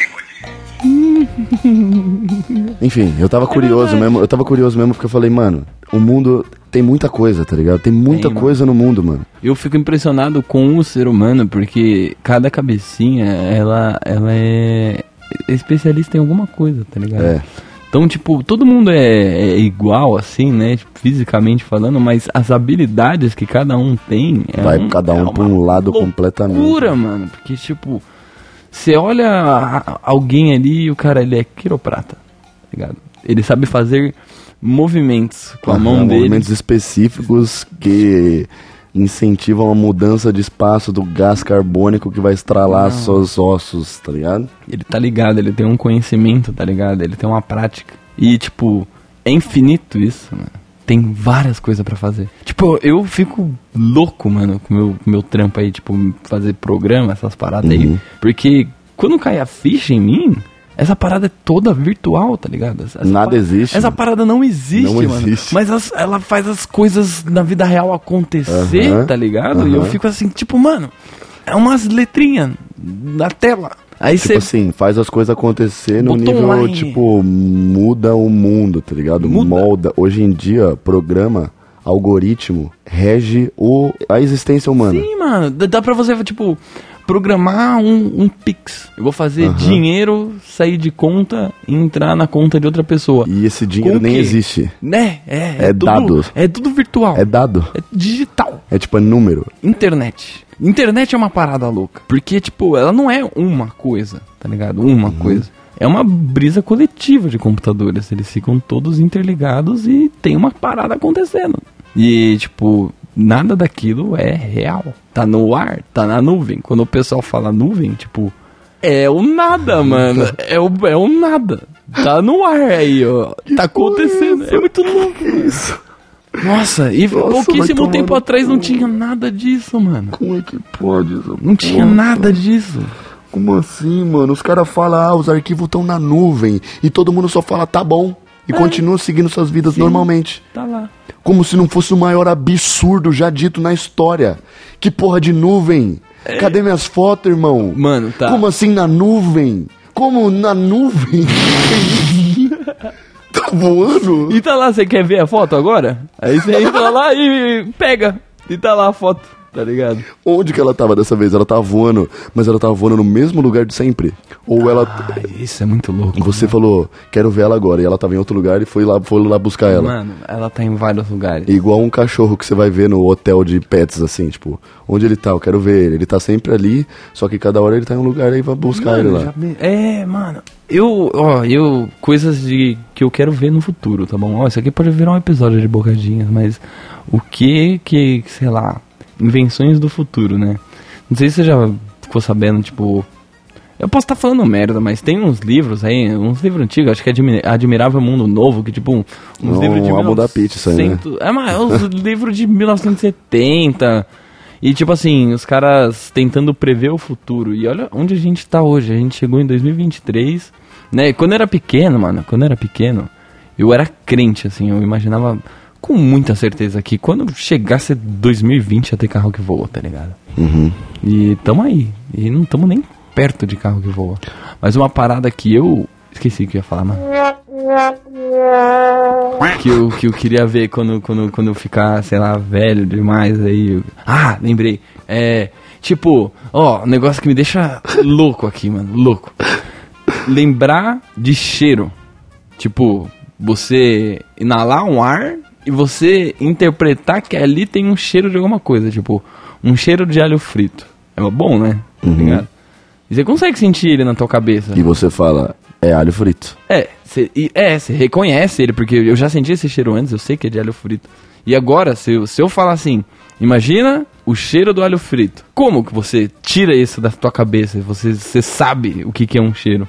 Enfim, eu tava curioso mesmo. Eu tava curioso mesmo porque eu falei, mano, o mundo tem muita coisa, tá ligado? Tem muita Tem, mano. coisa no mundo, mano. Eu fico impressionado com o ser humano, porque cada cabecinha, ela, ela é especialista em alguma coisa, tá ligado? É. Então, tipo, todo mundo é, é igual, assim, né? tipo, fisicamente falando, mas as habilidades que cada um tem... É Vai um- cada é um uma pra um lado completamente. loucura, mano. Porque, tipo, você olha a- a- alguém ali e o cara, ele é quiroprata, tá ligado? Ele sabe fazer movimentos com a Aham, mão dele. Movimentos específilos que incentivam a mudança de espaço do gás carbônico que vai estralar seus ossos, tá ligado? Ele tá ligado, ele tem um conhecimento, tá ligado? Ele tem uma prática. E, tipo, é infinito isso, mano. Tem várias coisas pra fazer. Tipo, eu fico louco, mano, com meu, com meu trampo aí, tipo, fazer programa, essas paradas Uhum. aí. Porque quando cai a ficha em mim, essa parada é toda virtual, tá ligado? Essa- essa Nada existe, Essa mano. parada não existe, Não mano. existe. Mas as- ela faz as coisas na vida real acontecer, Aham, tá ligado? E eu aham. fico assim, tipo, mano, é umas letrinhas na tela. Aí você Tipo assim, faz as coisas acontecer no Botou nível, online. tipo, muda o mundo, tá ligado? Muda. Molda. Hoje em dia, programa, algoritmo, rege o, a existência humana. Sim, mano. Dá dá pra você, tipo, programar um, um Pix. Eu vou fazer dinheiro sair de conta e entrar na conta de outra pessoa. E esse dinheiro Com nem que? existe. Né? É, É tudo, dado. É tudo virtual. É dado. É digital. É tipo, é número. Internet. Uhum. Internet é uma parada louca. Porque, tipo, ela não é uma coisa, tá ligado? Uma coisa. é uma brisa coletiva de computadores. Eles ficam todos interligados e tem uma parada acontecendo. E, tipo, nada daquilo é real. Tá no ar, tá na nuvem. Quando o pessoal fala nuvem, tipo, é o nada, mano. É o, é o nada. Tá no ar aí, ó. Tá acontecendo. É muito louco. Isso. Nossa, e Nossa, vai pouquíssimo tomar tempo no atrás não cu. tinha nada disso, mano. Como é que pode essa Não tinha porra? nada disso. Como assim, mano? Os caras falam, ah, os arquivos estão na nuvem. E todo mundo só fala, tá bom. É. E continua seguindo suas vidas normalmente. Tá lá. Como se não fosse o maior absurdo já dito na história. Que porra de nuvem? Cadê minhas fotos, irmão? É. Mano, tá. Como assim na nuvem? Como na nuvem? tá voando? E tá lá, você quer ver a foto agora? Aí você entra lá e pega. E tá lá a foto, tá ligado? Onde que ela tava dessa vez? Ela tava voando, mas ela tava voando no mesmo lugar de sempre? Ou ela. Ai, isso é muito louco. Você falou, quero ver ela agora, e ela tava em outro lugar e foi lá, foi lá buscar ela. Mano, ela tá em vários lugares. É Igual um cachorro que você vai ver no hotel de pets, assim, tipo, onde ele tá, eu quero ver ele. Ele tá sempre ali, só que cada hora ele tá em um lugar e vai buscar ele lá. É, mano. Eu, ó, eu. Coisas de que eu quero ver no futuro, tá bom? Ó, isso aqui pode virar um episódio de bocadinhas, mas o que que, sei lá, invenções do futuro, né? Não sei se você já ficou sabendo, tipo. Eu posso estar falando merda, mas tem uns livros aí, uns livros antigos, acho que é Admi- Admirável Mundo Novo, que tipo, um- uns É um livros de álbum da Pitt, isso aí, né? 1900 É, mas é uns livros de 1970. E tipo assim, os caras tentando prever o futuro. E olha onde a gente tá hoje. A gente chegou em 2023, né? E quando eu era pequeno, mano, quando eu era pequeno, eu era crente, assim, eu imaginava com muita certeza que quando chegasse 2020 ia ter carro que voa, tá ligado? E tamo aí. E não tamo nem perto de carro que voa. Mas uma parada que eu. Esqueci o que eu ia falar, mano. Que eu, que eu queria ver quando, quando, quando eu ficar, sei lá, velho demais aí. eu- Ah, lembrei. É. Tipo, ó, um negócio que me deixa louco aqui, mano. Louco. Lembrar de cheiro. Tipo, você inalar um ar e você interpretar que ali tem um cheiro de alguma coisa. Tipo, um cheiro de alho frito. É bom, né? Tá ligado? E você consegue sentir ele na tua cabeça. E você fala, é alho frito. É, você é, cê reconhece ele, porque eu já senti esse cheiro antes, eu sei que é de alho frito. E agora, se, eu- se eu falar assim, imagina o cheiro do alho frito. Como que você tira isso da tua cabeça? Você, você sabe o que, que é um cheiro.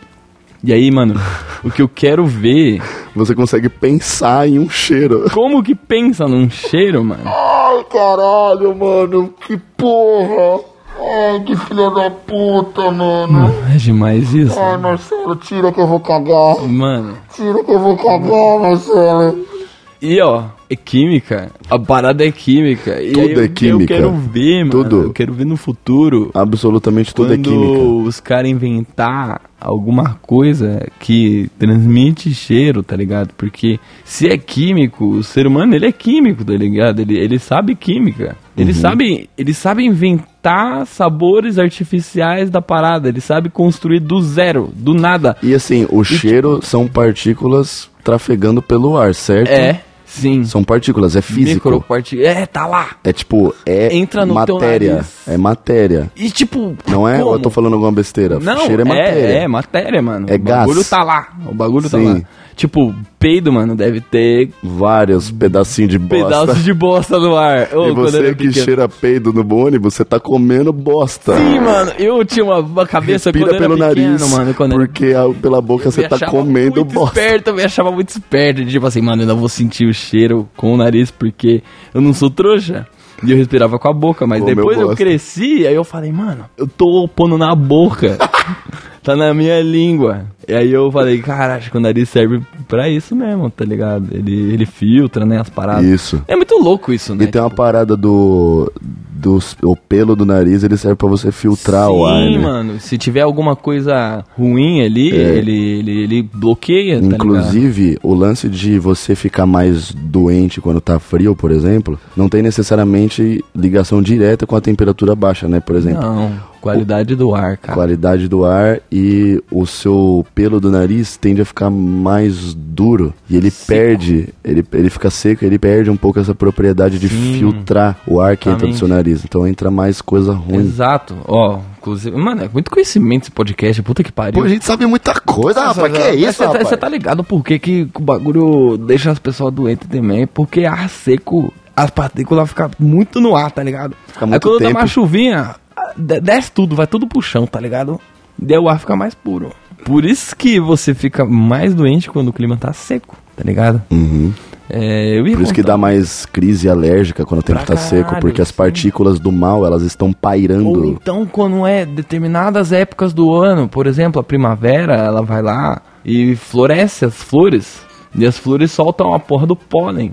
E aí, mano, o que eu quero ver, Você consegue pensar em um cheiro. como que pensa num cheiro, mano? Ai, caralho, mano, que porra! Ai, que filha da puta, mano! É demais isso. Marcelo, tira que eu vou cagar! Mano, Tira que eu vou cagar, Marcelo! e ó, é química. A parada é química. E Tudo aí eu- é química. Eu quero ver, mano. Tudo. Eu quero ver no futuro Absolutamente tudo é quando química. os caras inventar alguma coisa que transmite cheiro, tá ligado? Porque se é químico, o ser humano ele é químico, tá ligado? Ele, ele sabe química. Ele Uhum. sabe ele sabe inventar sabores artificiais da parada. Ele sabe construir do zero, do nada. E assim, o cheiro são partículas trafegando pelo ar, certo? É, sim. São partículas, é físico. Micropartículas. É, tá lá. É tipo, é Entra no teu matéria. nariz. É matéria. E tipo, Não é? Ou eu como? tô falando alguma besteira? Não, Cheiro é matéria. É, matéria, mano. É o bagulho gás. tá lá. O bagulho Sim. tá lá. Tipo, peido, mano, deve ter Vários pedacinhos de bosta. pedaços de bosta no ar. Ô, E quando eu você era que pequeno. cheira peido no ônibus, você tá comendo bosta. Sim, mano, eu tinha uma, uma cabeça Pira quando eu era pelo pequeno, nariz, mano. Quando eu- porque a- pela boca eu você me tá achava comendo muito bosta. Esperto, eu me achava muito esperto. de Tipo assim, mano, eu não vou sentir o cheiro com o nariz porque eu não sou trouxa. E eu respirava com a boca, mas Comeu depois eu bosta. cresci, aí eu falei, mano, eu tô pondo na boca. tá na minha língua. E aí eu falei, cara, acho que o nariz serve pra isso mesmo, tá ligado? Ele, ele filtra, né, as paradas. Isso. É muito louco isso, né? E tem uma parada do, dos o pelo do nariz, ele serve pra você filtrar o ar, né? Sim, mano. Se tiver alguma coisa ruim ali, ele, ele, ele bloqueia, tá ligado? Inclusive, o lance de você ficar mais doente quando tá frio, por exemplo, não tem necessariamente ligação direta com a temperatura baixa, né? Por exemplo, Não. Qualidade do ar, cara. qualidade do ar e o seu pelo do nariz tende a ficar mais duro e ele perde, ele, ele fica seco, ele perde um pouco essa propriedade de Sim. filtrar o ar que entra do Exatamente. seu nariz. Então entra mais coisa ruim. Exato. Ó, inclusive, mano, é muito conhecimento esse podcast, puta que pariu. Pô, a gente sabe muita coisa, rapaz. Que é Mas isso, cê tá- rapaz? Você tá ligado por que, que o bagulho deixa as pessoas doentes também? Porque ar seco, as partículas ficam muito no ar, tá ligado? Fica Aí muito quando dá tempo. uma chuvinha, ah, de- desce tudo, vai tudo pro chão, tá ligado? Daí o ar fica mais puro. Por isso que você fica mais doente quando o clima tá seco, tá ligado? Uhum. É, eu ia Por isso que contar. dá mais crise alérgica quando o tempo tá Pra seco, caralho, porque as sim. partículas do mal, elas estão Ou pairando. então, quando é determinadas épocas do ano, por exemplo, a primavera, ela vai lá e floresce as flores, e as flores soltam a porra do pólen.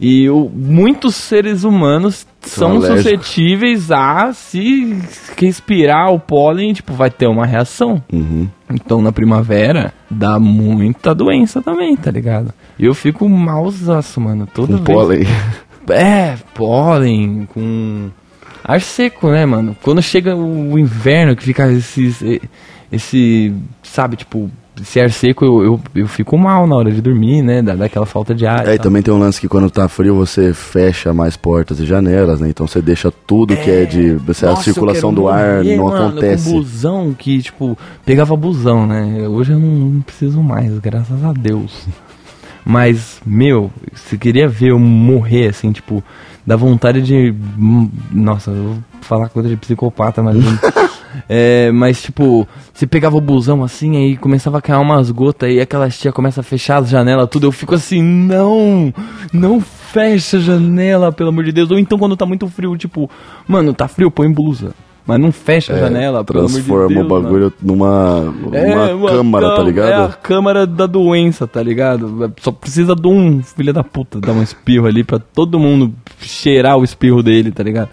E o- muitos seres humanos são alérgicos. suscetíveis a se respirar o pólen, tipo, vai ter uma reação. Uhum. Então na primavera dá muita doença também, tá ligado? Eu fico malzaço, mano, toda Um pólen. vez. É, pólen, com ar seco, né, mano? Quando chega o inverno, que fica esse, esse sabe, tipo, esse ar seco, eu, eu, eu fico mal na hora de dormir, né? Dá, dá aquela falta de ar. É, e e tal. também tem um lance que quando tá frio você fecha mais portas e janelas, né? Então você deixa tudo que é de. Você, a Nossa, eu circulação quero do ar morrer, não mano, acontece. Com busão que, tipo, pegava busão, né? Hoje eu não, não preciso mais, graças a Deus. Mas, meu, você queria ver eu morrer, assim, tipo, dá vontade de. hum, Nossa, eu vou falar coisa de psicopata, mas. é, mas, tipo, você pegava o busão assim, aí começava a cair umas gotas, aí aquelas tia começa a fechar as janelas, tudo. Eu fico assim, não! Não fecha a janela, pelo amor de Deus. Ou então quando tá muito frio, tipo, mano, tá frio, põe blusa. Mas não fecha a É, janela, pelo amor de Deus. transforma o mano. bagulho numa, É, numa câmara, tá cam- É a ligado? câmara da doença, tá ligado? Só precisa de um filho da puta dar um espirro ali pra todo mundo cheirar o espirro dele, tá ligado?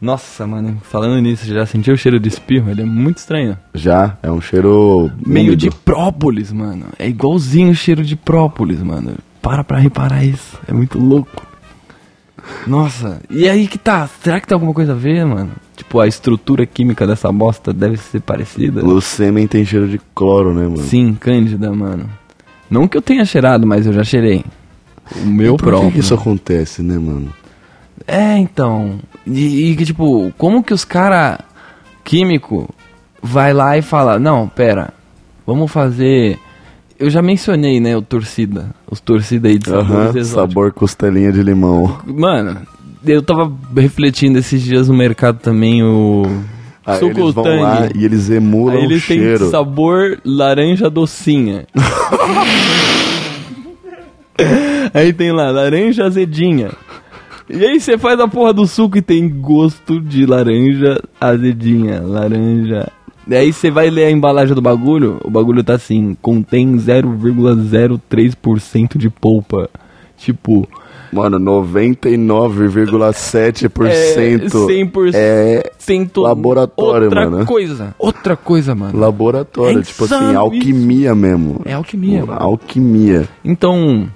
Nossa, mano, falando nisso, já sentiu o cheiro de espirro? Ele é muito estranho. Já, é um cheiro Meio úmido. de própolis, mano. É igualzinho o cheiro de própolis, mano. Para pra reparar isso. É muito louco. Nossa, e aí que tá? Será que tem alguma coisa a ver, mano? Tipo, a estrutura química dessa bosta deve ser parecida? O sêmen tem cheiro de cloro, né, mano? Sim, Cândida, mano. Não que eu tenha cheirado, mas eu já cheirei. O meu Por que próprio. que isso acontece, né, mano? É, então. E, e que, tipo, como que os cara químico vai lá e fala, não, pera, vamos fazer. Eu já mencionei, né, o torcida. Os torcida aí de sabores Aham, exóticos. sabor costelinha de limão. Mano, eu tava refletindo esses dias no mercado também o. Aí Ah, eles vão Sucotani. lá e eles emulam Aí ele o tem um cheiro. sabor laranja docinha. aí tem lá, laranja azedinha. E aí você faz a porra do suco e tem gosto de laranja azedinha, laranja. E aí você vai ler a embalagem do bagulho, o bagulho tá assim, contém 0,03% de polpa. Tipo, Mano, 99,7% é 100% é laboratório, outra mano. coisa. Outra coisa, mano. laboratório. É tipo insano assim, isso. alquimia mesmo. É alquimia, mano. Alquimia. Então,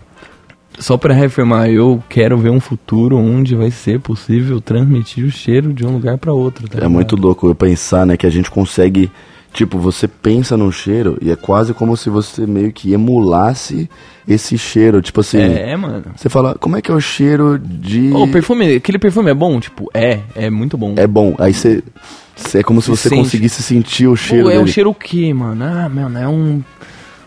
só pra reafirmar, eu quero ver um futuro onde vai ser possível transmitir o cheiro de um lugar pra outro. tá É ligado? muito louco eu pensar, né, que a gente consegue. Tipo, você pensa num cheiro e é quase como se você meio que emulasse esse cheiro. Tipo assim, É, é, mano. você fala, como é que é o cheiro de. Ô, O perfume, aquele perfume é bom? Tipo, é, é muito bom. É bom. Aí você. cê- É como se Você você sente. conseguisse sentir o cheiro Pô, é dele. um cheiro o quê, mano? Ah, mano, é um.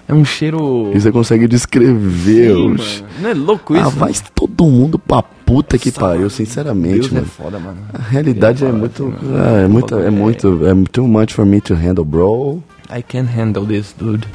É um cheiro. E você consegue descrever Sim, o mano. cheiro. Não é louco isso? Ah, vai todo mundo pra puta que pariu, Deus sinceramente, é mano. foda, mano. A realidade é Deus é muito. foda, mano. ah, É muito. É É. muito. É too much for me to handle, bro. I can handle this, dude.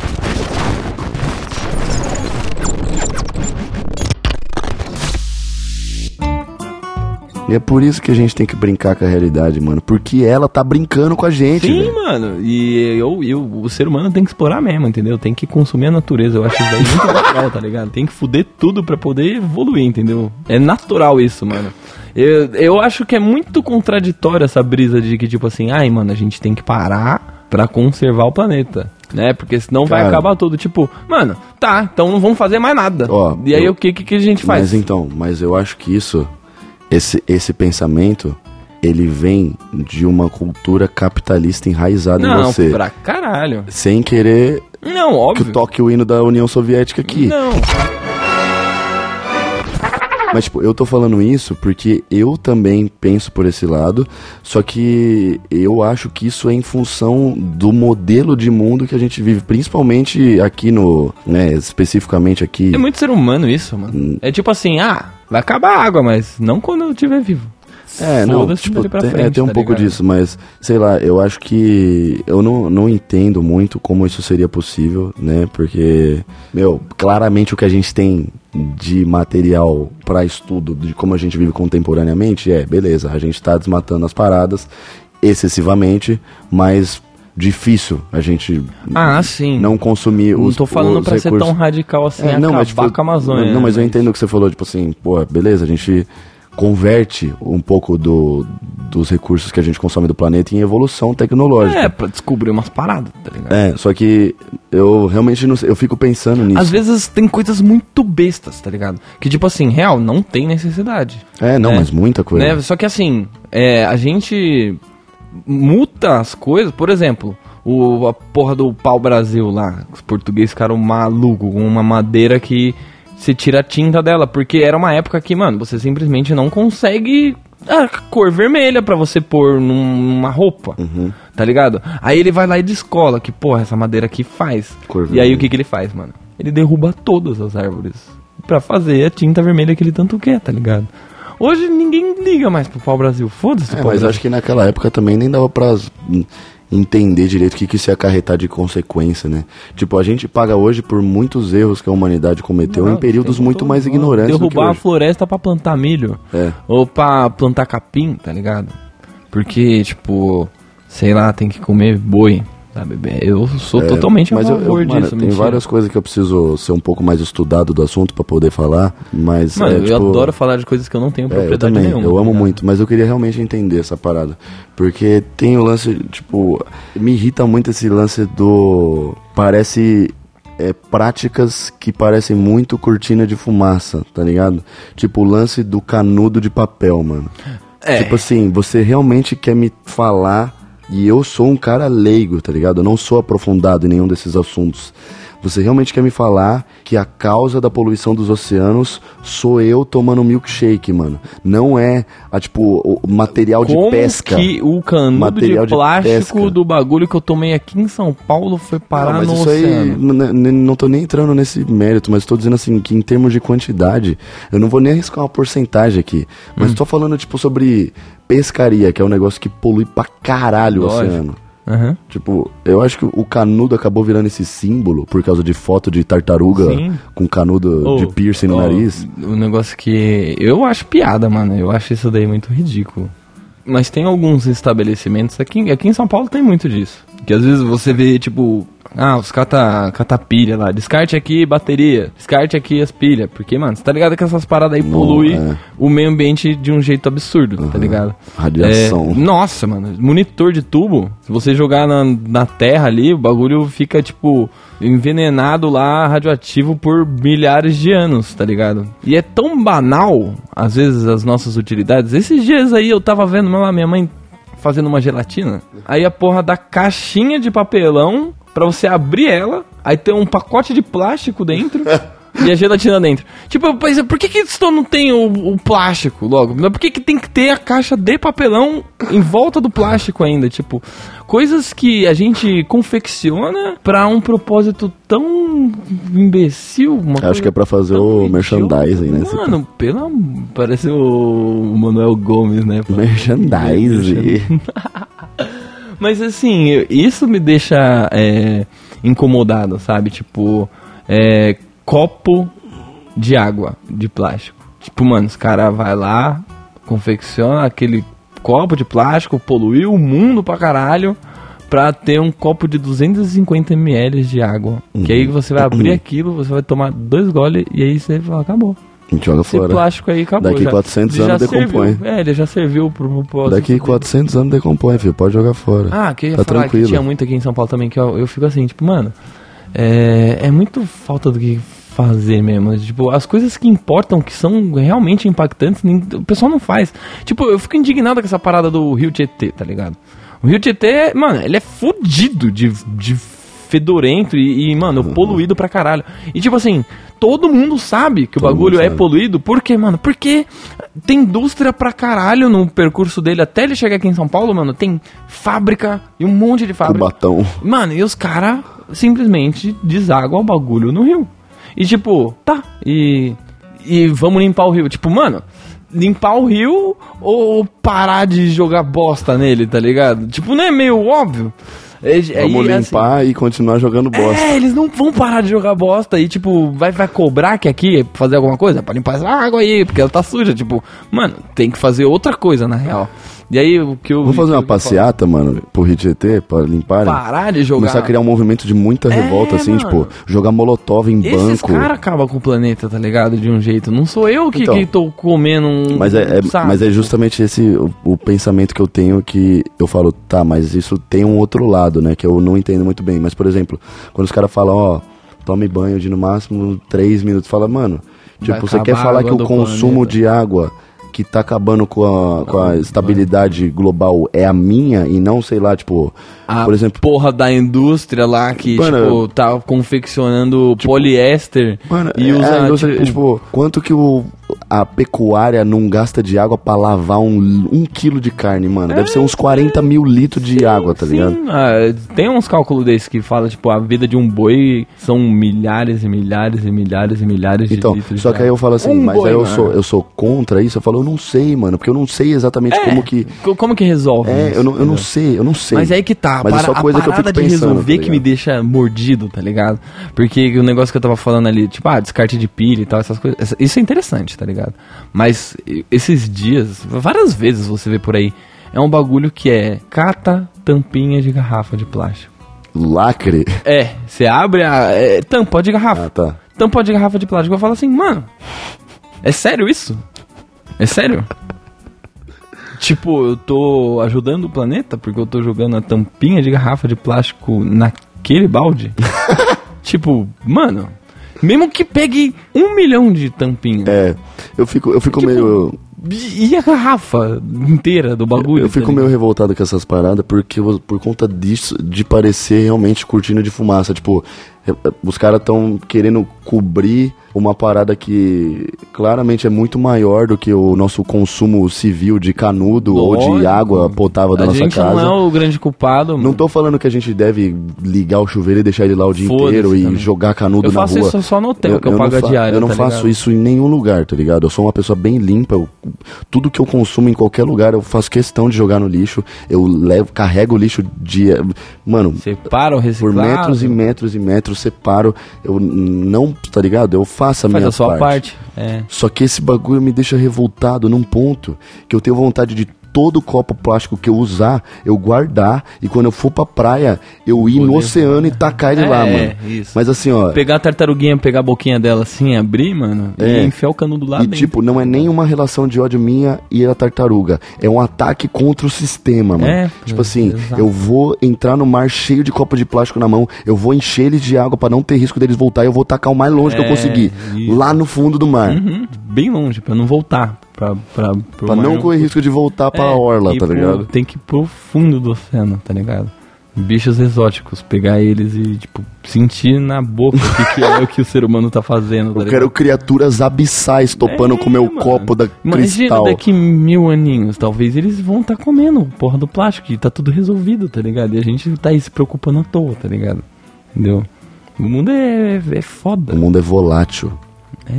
E é por isso que a gente tem que brincar com a realidade, mano. Porque ela tá brincando com a gente. Sim, velho. mano. E eu, eu, o ser humano tem que explorar mesmo, entendeu? Tem que consumir a natureza. Eu acho isso daí muito natural, tá ligado? Tem que fuder tudo pra poder evoluir, entendeu? É natural isso, mano. Eu, eu acho que é muito contraditório essa brisa de que, tipo assim, ai, mano, a gente tem que parar pra conservar o planeta. Né? Porque senão vai Cara. acabar tudo. Tipo, mano, tá, então não vamos fazer mais nada. Ó, e aí eu- o que, que, que a gente faz? Mas então, mas eu acho que isso, esse, esse pensamento, ele vem de uma cultura capitalista enraizada em Não, você. pra caralho. Sem querer Não, que óbvio. toque o hino da União Soviética aqui. Não. Mas, tipo, eu tô falando isso porque eu também penso por esse lado, só que eu acho que isso é em função do modelo de mundo que a gente vive, principalmente aqui no, né, especificamente aqui. É muito ser humano isso, Hum. mano. É tipo assim, ah, vai acabar a água, mas não quando eu estiver vivo. É, não, Foda-se tipo, dali pra tem, é, frente, tem um tá pouco ligado? disso, mas sei lá, eu acho que eu não, não entendo muito como isso seria possível, né? Porque, meu, claramente o que a gente tem de material pra estudo de como a gente vive contemporaneamente é, beleza, a gente tá desmatando as paradas excessivamente, mas difícil a gente Ah, sim. não consumir os Não tô falando os pra ser recursos. tão radical assim, É, acabar tipo, com a Amazônia. né? Não, mas eu entendo o que você falou, tipo assim, pô, beleza, a gente converte um pouco do, dos recursos que a gente consome do planeta em evolução É, tecnológica. pra descobrir umas paradas, tá ligado? É, só que eu realmente não sei, eu fico pensando nisso. Às vezes tem coisas muito bestas, tá ligado? Que tipo assim, real, não tem necessidade. é, não, né? mas muita coisa. Né? Só que assim, é, a gente muta as coisas, por exemplo, o, a porra do pau Brasil lá, os portugueses ficaram maluco com uma madeira que se tira a tinta dela, porque era uma época que, mano, você simplesmente não consegue a cor vermelha pra você pôr num- numa roupa, tá ligado? Aí ele vai lá e descola que, porra, essa madeira aqui faz. Cor e aí vermelha. o que, que ele faz, mano? Ele derruba todas as árvores Pra fazer a tinta vermelha que ele tanto quer, tá ligado? Hoje ninguém liga mais pro pau Brasil, foda-se o É, pau mas Brasil. acho que naquela época também nem dava pra hum, entender direito o que, que isso ia acarretar de consequência, né? Tipo, a gente paga hoje por muitos erros que a humanidade cometeu Não, em períodos tem muito todo mais mundo. ignorantes do que Derrubar a hoje. floresta pra plantar milho. É. Ou pra plantar capim, tá ligado? Porque, tipo, sei lá, tem que comer boi, sabe? Eu sou É, totalmente a mas eu- eu, favor mano, disso, Tem mentira. várias coisas que eu preciso ser um pouco mais estudado do assunto pra poder falar, mas Mano, é, eu tipo, adoro falar de coisas que eu não tenho é, eu propriedade também, nenhuma. eu tá amo ligado? muito, mas eu queria realmente entender essa parada, porque tem o lance, tipo, me irrita muito esse lance do parece é, práticas que parecem muito cortina de fumaça, tá ligado? Tipo o lance do canudo de papel, mano. É. Tipo assim, você realmente quer me falar e eu sou um cara leigo, tá ligado? Eu não sou aprofundado em nenhum desses assuntos. Você realmente quer me falar que a causa da poluição dos oceanos sou eu tomando milkshake, mano. Não é, a, tipo, o o material Como de pesca. que o canudo Material de de plástico pesca. do bagulho que eu tomei aqui em São Paulo foi Não, parar mas no isso aí, oceano? n- n- não tô nem entrando nesse mérito, mas tô dizendo assim, que em termos de quantidade, eu não vou nem arriscar uma porcentagem aqui, Hum. mas tô falando, tipo, sobre pescaria, que é um negócio que polui pra caralho Lógico. o oceano. Aham. Tipo, eu acho que o canudo acabou virando esse símbolo por causa de foto de tartaruga Sim. Oh, com canudo Ô, de piercing no ó, nariz. Um negócio que eu acho piada, mano. Eu acho isso daí muito ridículo. Mas tem alguns estabelecimentos aqui, aqui em São Paulo tem muito disso. Que às vezes você vê, tipo, ah, os cata, catapilha lá, descarte aqui bateria, descarte aqui as pilhas. Porque, mano, você tá ligado que essas paradas aí poluem é. Uhum. o meio ambiente de um jeito absurdo, tá ligado? Radiação. É, nossa, mano, monitor de tubo, se você jogar na, na terra ali, o bagulho fica, tipo, envenenado lá, radioativo por milhares de anos, tá ligado? E é tão banal, às vezes, as nossas utilidades. Esses dias aí eu tava vendo lá minha mãe fazendo uma gelatina, aí a porra da caixinha de papelão, pra você abrir ela, aí tem um pacote de plástico dentro... E a gelatina dentro. Tipo, eu pensei, por que, que isso não tem o, o plástico logo? Mas por que, que tem que ter a caixa de papelão em volta do plástico ainda? Tipo, coisas que a gente confecciona pra um propósito tão imbecil. Uma Acho que é pra fazer tão o idiota. merchandising, né? Esse Tá Mano, pelo am- Parece o Manuel Gomes, né? pô? Merchandising. Mas assim, eu- isso me deixa é, incomodado, sabe? Tipo, é, copo de água de plástico. Tipo, mano, os cara vai lá, confecciona aquele copo de plástico, poluiu o mundo pra caralho. Pra ter um copo de 250 ml de água. Uhum. Que aí você vai abrir aquilo, você vai tomar dois goles e aí você fala, acabou. A gente joga Esse fora. plástico aí acabou. Daqui já. 400 Ele já anos decompõe. serviu. É, ele já serviu pro propósito. Daqui 400 anos decompõe, filho. Pode jogar fora. Ah, que eu ia Tá falar tranquilo. que tinha muito aqui em São Paulo também, que eu, eu fico assim, tipo, mano, é, é muito falta do que fazer mesmo. Tipo, as coisas que importam, que são realmente impactantes, nem- o pessoal não faz. Tipo, eu fico indignado com essa parada do Rio Tietê, tá ligado? O Rio Tietê, mano, ele é fudido de, de fedorento e, e, mano, Uhum. poluído pra caralho. E tipo assim, todo mundo sabe que o Todo bagulho mundo é sabe. poluído. Por quê, mano? Porque tem indústria pra caralho no percurso dele. Até ele chegar aqui em São Paulo, mano, tem fábrica e um monte de fábrica. Cubatão. Mano, e os caras simplesmente deságuam o bagulho no rio. E tipo, tá, e. E vamos limpar o rio. Tipo, mano, limpar o rio ou parar de jogar bosta nele, tá ligado? Tipo, não é meio óbvio. É, é- Vamos e, assim, limpar e continuar jogando bosta. é, eles não vão parar de jogar bosta e, tipo, vai, vai cobrar que aqui é pra fazer alguma coisa pra limpar essa água aí, porque ela tá suja. Tipo, mano, tem que fazer outra coisa, na real. E aí, o que eu. Vamos fazer uma o que eu falo? passeata, mano, pro Rio Tietê, pra limparem. Parar né, de jogar. É, Começar a criar um movimento de muita revolta, assim, mano. tipo, jogar molotov em Esses banco. caras acabam com o planeta, tá ligado? De um jeito. Não sou eu que, Então. que tô comendo um. Mas é, é- sabe? mas é justamente esse o, o pensamento que eu tenho que eu falo, tá, mas isso tem um outro lado, né? Que eu não entendo muito bem. Mas, por exemplo, quando os caras falam, ó, tome banho de no máximo 3 minutos, fala, mano, Vai tipo, você quer acabar a falar água que o do consumo planeta. de água que tá acabando com a, com a estabilidade global é a minha e não, sei lá, tipo, A por exemplo. porra da indústria lá que, Mano, tipo, tipo, tá confeccionando poliéster Mano, e é, usa, a indústria, tipo, tipo, quanto que o, a pecuária não gasta de água pra lavar um, um quilo de carne, mano? Deve ser uns 40 mil litros de água, tá É, sim, ligado? ah, tem uns cálculos desses que fala, tipo, a vida de um boi são milhares e milhares e milhares e milhares de Então, litros. só de que aí eu água. falo assim, Um mas boi, aí eu mano. sou, eu sou contra isso? Eu falo, eu não sei, mano, porque eu não sei exatamente É, como que... co- Como que resolve? É, isso, eu não, eu não entendeu? sei, eu não sei. Mas aí que tá, a Mas é para- só coisa a que eu parada fico de pensando, resolver tá que me ligado? deixa mordido, tá ligado? Porque o negócio que eu tava falando ali, tipo, ah, descarte de pilha e tal, essas coisas, essa- isso é interessante, tá ligado? Mas e- esses dias, várias vezes você vê por aí, é um bagulho que é cata tampinha de garrafa de plástico. Lacre? É, você abre a é, tampa de garrafa Ah, tá. tampa de garrafa de plástico. Eu falo assim, mano, é sério isso? É sério? tipo, eu tô ajudando o planeta porque eu tô jogando a tampinha de garrafa de plástico naquele balde? tipo, mano, mesmo que pegue um milhão de tampinhas. É, eu fico, eu fico Tipo, meio... E a garrafa inteira do bagulho? É. Eu fico tá ligado? meio revoltado com essas paradas porque eu- por conta disso, de parecer realmente cortina de fumaça. Tipo, eh, eh, os caras estão querendo cobrir uma parada que claramente é muito maior do que o nosso consumo civil de canudo ou de Lógico. água potável da A nossa gente casa. não é o grande culpado. Não tô falando que a gente deve ligar o chuveiro e deixar ele lá o dia Foda-se inteiro e também. jogar canudo Eu na faço rua. isso só no hotel, que eu pago não a fa- diária, Eu não tá faço ligado? isso em nenhum lugar, tá ligado? Eu sou uma pessoa bem limpa. eu- tudo que eu consumo em qualquer lugar, eu faço questão de jogar no lixo. Eu levo, carrego o lixo de. Mano, Separa o por reciclado. metros e metros e metros, separo. Eu não, tá ligado? Eu faço a Faz minha a sua parte. É. só que esse bagulho me deixa revoltado num ponto que eu tenho vontade de todo copo plástico que eu usar, eu guardar e quando eu for pra praia, eu ir no oceano e tacar ele É, lá, mano. isso. Mas assim, ó. Pegar a tartaruguinha, pegar a boquinha dela assim, abrir, mano, É. e enfiar o canudo lá e dentro. tipo, não é nenhuma relação de ódio minha e a tartaruga. É um ataque contra o sistema, mano. É, tipo assim, exato. eu vou entrar no mar cheio de copo de plástico na mão, eu vou encher eles de água pra não ter risco deles voltar, e eu vou tacar o mais longe que eu É, conseguir. isso. Lá no fundo do mar. Uhum, bem longe, pra não voltar. Pra, pra, pro Pra mar. não correr risco de voltar pra É, orla, e tá pro- ligado? Tem que ir pro fundo do oceano, tá ligado? Bichos exóticos, pegar eles e, tipo, sentir na boca o que, que é o que o ser humano tá fazendo, tá Eu ligado? quero criaturas abissais topando É, com o meu mano. copo da Imagina cristal. daqui mil aninhos, talvez eles vão estar tá comendo porra do plástico e tá tudo resolvido, tá ligado? E a gente tá aí se preocupando à toa, tá ligado? Entendeu? O mundo é, é O foda. mundo é volátil.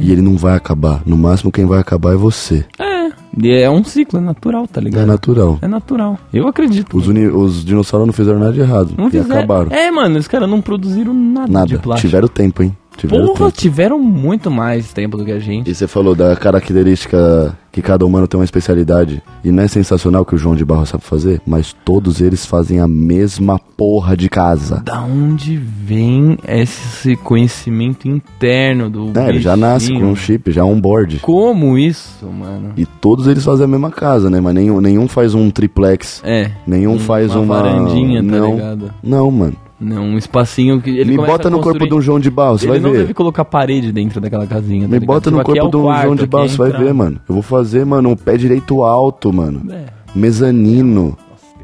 E ele não vai acabar. No máximo, quem vai acabar é você. É, e é um ciclo, é natural, tá É ligado? natural. É natural. Eu acredito. Os, uni- os dinossauros não fizeram nada de errado. É. Não e fizeram- acabaram. É, mano, os caras não produziram nada, de Nada. plástico. Tiveram tempo, hein? Tiveram Porra, tempo. tiveram muito mais tempo do que a gente. E você falou da característica que cada humano tem uma especialidade. E não é sensacional que o João de Barro sabe fazer? Mas todos eles fazem a mesma porra de casa. Da onde vem esse conhecimento interno do. É, ele já nasce com bichinho? um chip, já um board. Como isso, mano? E todos eles fazem a mesma casa, né? Mas nenhum, nenhum faz um triplex. É. Nenhum Um- faz uma uma. varandinha, tá não, ligado? Não, mano. Não, um espacinho que ele Me começa bota a no corpo construir. de um João de Barro, você Ele vai não ver. deve colocar parede dentro daquela casinha. tá Me ligado? bota Tipo, no aqui é corpo o de um quarto, João de aqui Barro, é você vai entrar. ver, mano. Eu vou fazer, mano, um pé direito alto, mano. É, Mezanino.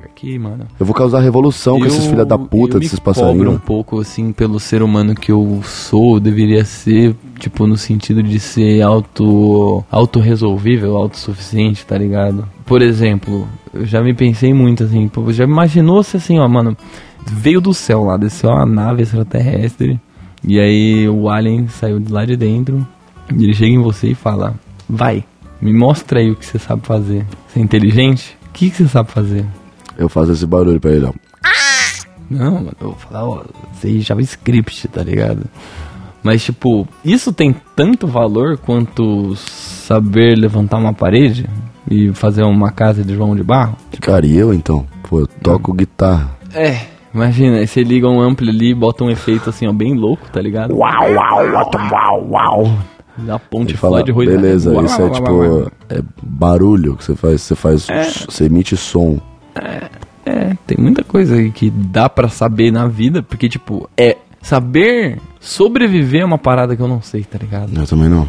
aqui, mano. Eu vou causar revolução com esses Eu- filha da puta, eu desses me cobro um passarinhos. pouco, assim, pelo ser humano que eu sou, eu deveria ser, tipo, no sentido de ser auto, autorresolvível, autossuficiente, tá ligado? Por exemplo, eu já me pensei muito, assim, pô, já imaginou se assim, ó, mano, veio do céu lá, desceu uma nave extraterrestre, e aí o alien saiu de lá de dentro, e ele chega em você e fala, vai, me mostra aí o que você sabe fazer. Você é inteligente? O que que você sabe fazer? Eu faço esse barulho pra ele, ó. Não, mano, eu vou falar, ó, sei JavaScript, tá ligado? Mas, tipo, isso tem tanto valor quanto saber levantar uma parede e fazer uma casa de João de Barro? Cara, e eu então? Pô, eu Tá. toco guitarra. É. Imagina, aí você liga um ampli ali e bota um efeito assim, ó, bem louco, tá ligado? Uau, uau, uau, uau, uau. Dá ponte E fala, Floyd Rose. beleza, né? Uau, isso é uau, tipo. uau, uau. É barulho que você faz. Você faz. Você emite som. É, tem muita coisa aí que dá pra saber na vida, porque, tipo, é saber sobreviver é uma parada que eu não sei, tá ligado? Eu também não.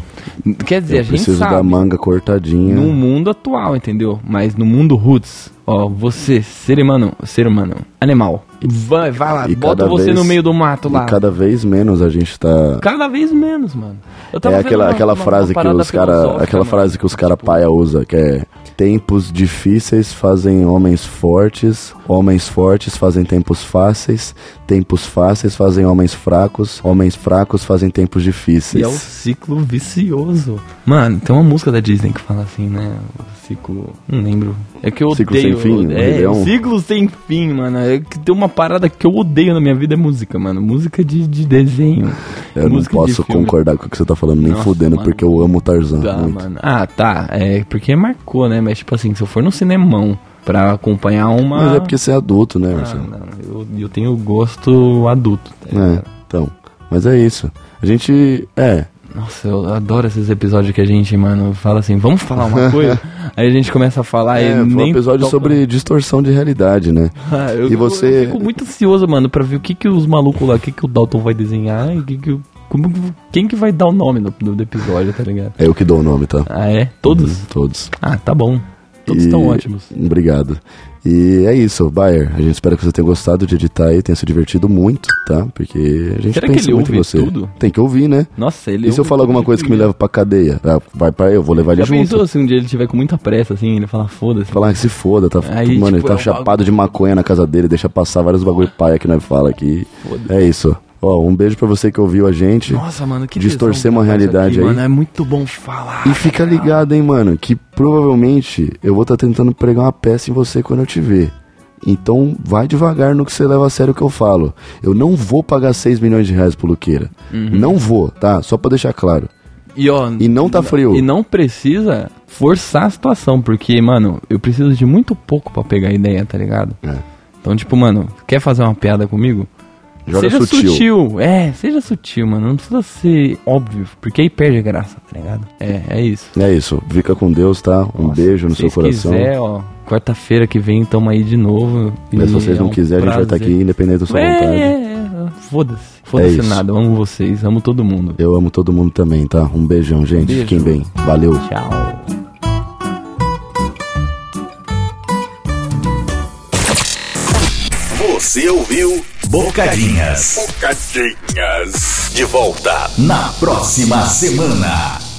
Quer dizer, eu a gente preciso sabe. da manga cortadinha. no mundo atual, entendeu? Mas no mundo roots, ó, você, ser humano, ser humano, animal, vai, vai lá, E bota cada você vez- no meio do mato E lá. Cada... cada vez menos a gente tá. vez menos, mano. Eu É vendo aquela, uma- aquela uma- frase uma que parada os cara, filosófica, aquela mano. Tipo frase que os cara paia usa, que é tempos difíceis fazem homens fortes, homens fortes fazem tempos fáceis, tempos fáceis fazem homens fracos, homens fracos fazem tempos E é o difíceis. ciclo vicioso. Mano, tem uma música da Disney que fala assim, né? O ciclo. Não lembro. É que eu Ciclo odeio. sem fim, Rei é, Leão. ciclo sem fim, mano. É que tem uma parada que eu odeio na minha vida é música, mano. Música de, de desenho. Eu não música de posso filme. concordar com o que você tá falando, nem Nossa, fudendo, mano. porque eu amo o Tarzan Tá, muito. mano. Ah, tá. É porque marcou, né? Mas tipo assim, se eu for no cinemão pra acompanhar uma. Mas é porque você é adulto, né, Ah, Marcelo? não, eu, eu tenho gosto adulto. tá É, ligado? então. Mas é isso. A gente. É. Nossa, eu adoro esses episódios que a gente, mano, fala assim, vamos falar uma coisa? aí a gente começa a falar é e foi um nem episódio toca. sobre distorção de realidade, né? Ah, eu, E você- eu fico muito ansioso, mano, pra ver o que que os malucos lá, o que que o Dalton vai desenhar e o que que o- como, quem que vai dar o nome do, do episódio, tá ligado? É eu que dou o nome, tá? Ah, é? Todos? Uhum, todos. Ah, tá bom. Todos E- estão ótimos. Obrigado. E é isso, Bayer. A gente espera que você tenha gostado de editar aí, tenha se divertido muito, tá? Porque a gente Será que pensa ele muito em ouve você. tudo? Tem que ouvir, né? Nossa, ele E se eu ouve falar tudo alguma de coisa que me primeira. leva pra cadeia? Ah, vai pra eu, vou levar ele Já junto. pensou se um dia ele tiver com muita pressa, assim, ele fala, foda-se. Falar, ah, se foda, tá? Aí, mano, ele tipo, tá é um chapado bagulho- Ah. de maconha na casa dele, deixa passar vários bagulho paia que nós fala aqui. Foda-se. É isso. Ó, um beijo pra você que ouviu a gente. Nossa, mano, que Distorcer tesão uma gravar isso realidade aí. Mano, é muito bom falar. E fica ligado, hein, mano, que provavelmente eu vou estar tentando pregar uma peça em você quando eu te ver. Então vai devagar no que você leva a sério o que eu falo. Eu não vou pagar 6 milhões de reais pro Luqueira. Uhum. Não vou, tá? Só pra deixar claro. E, ó, E não tá frio. E não precisa forçar a situação, porque, mano, eu preciso de muito pouco pra pegar a ideia, tá ligado? É. Então, tipo, mano, quer fazer uma piada comigo? Joga seja sutil. É, seja sutil, mano. Não precisa ser óbvio, porque aí perde a graça, tá ligado? É, é isso. É isso. Fica com Deus, tá? Um Nossa, beijo no se seu vocês coração. quiser, ó, quarta-feira que vem, tamo aí de novo. Mas se E vocês é não um quiserem, a gente vai estar prazer. aqui independente da sua vontade. É, é, é. Foda-se. Foda-se isso. nada. Eu amo vocês, amo todo mundo. Eu amo todo mundo também, tá? Um beijão, gente. Beijo. Fiquem bem. Valeu. Tchau. Você ouviu Bocadinhas. Bocadinhas. De volta na próxima semana.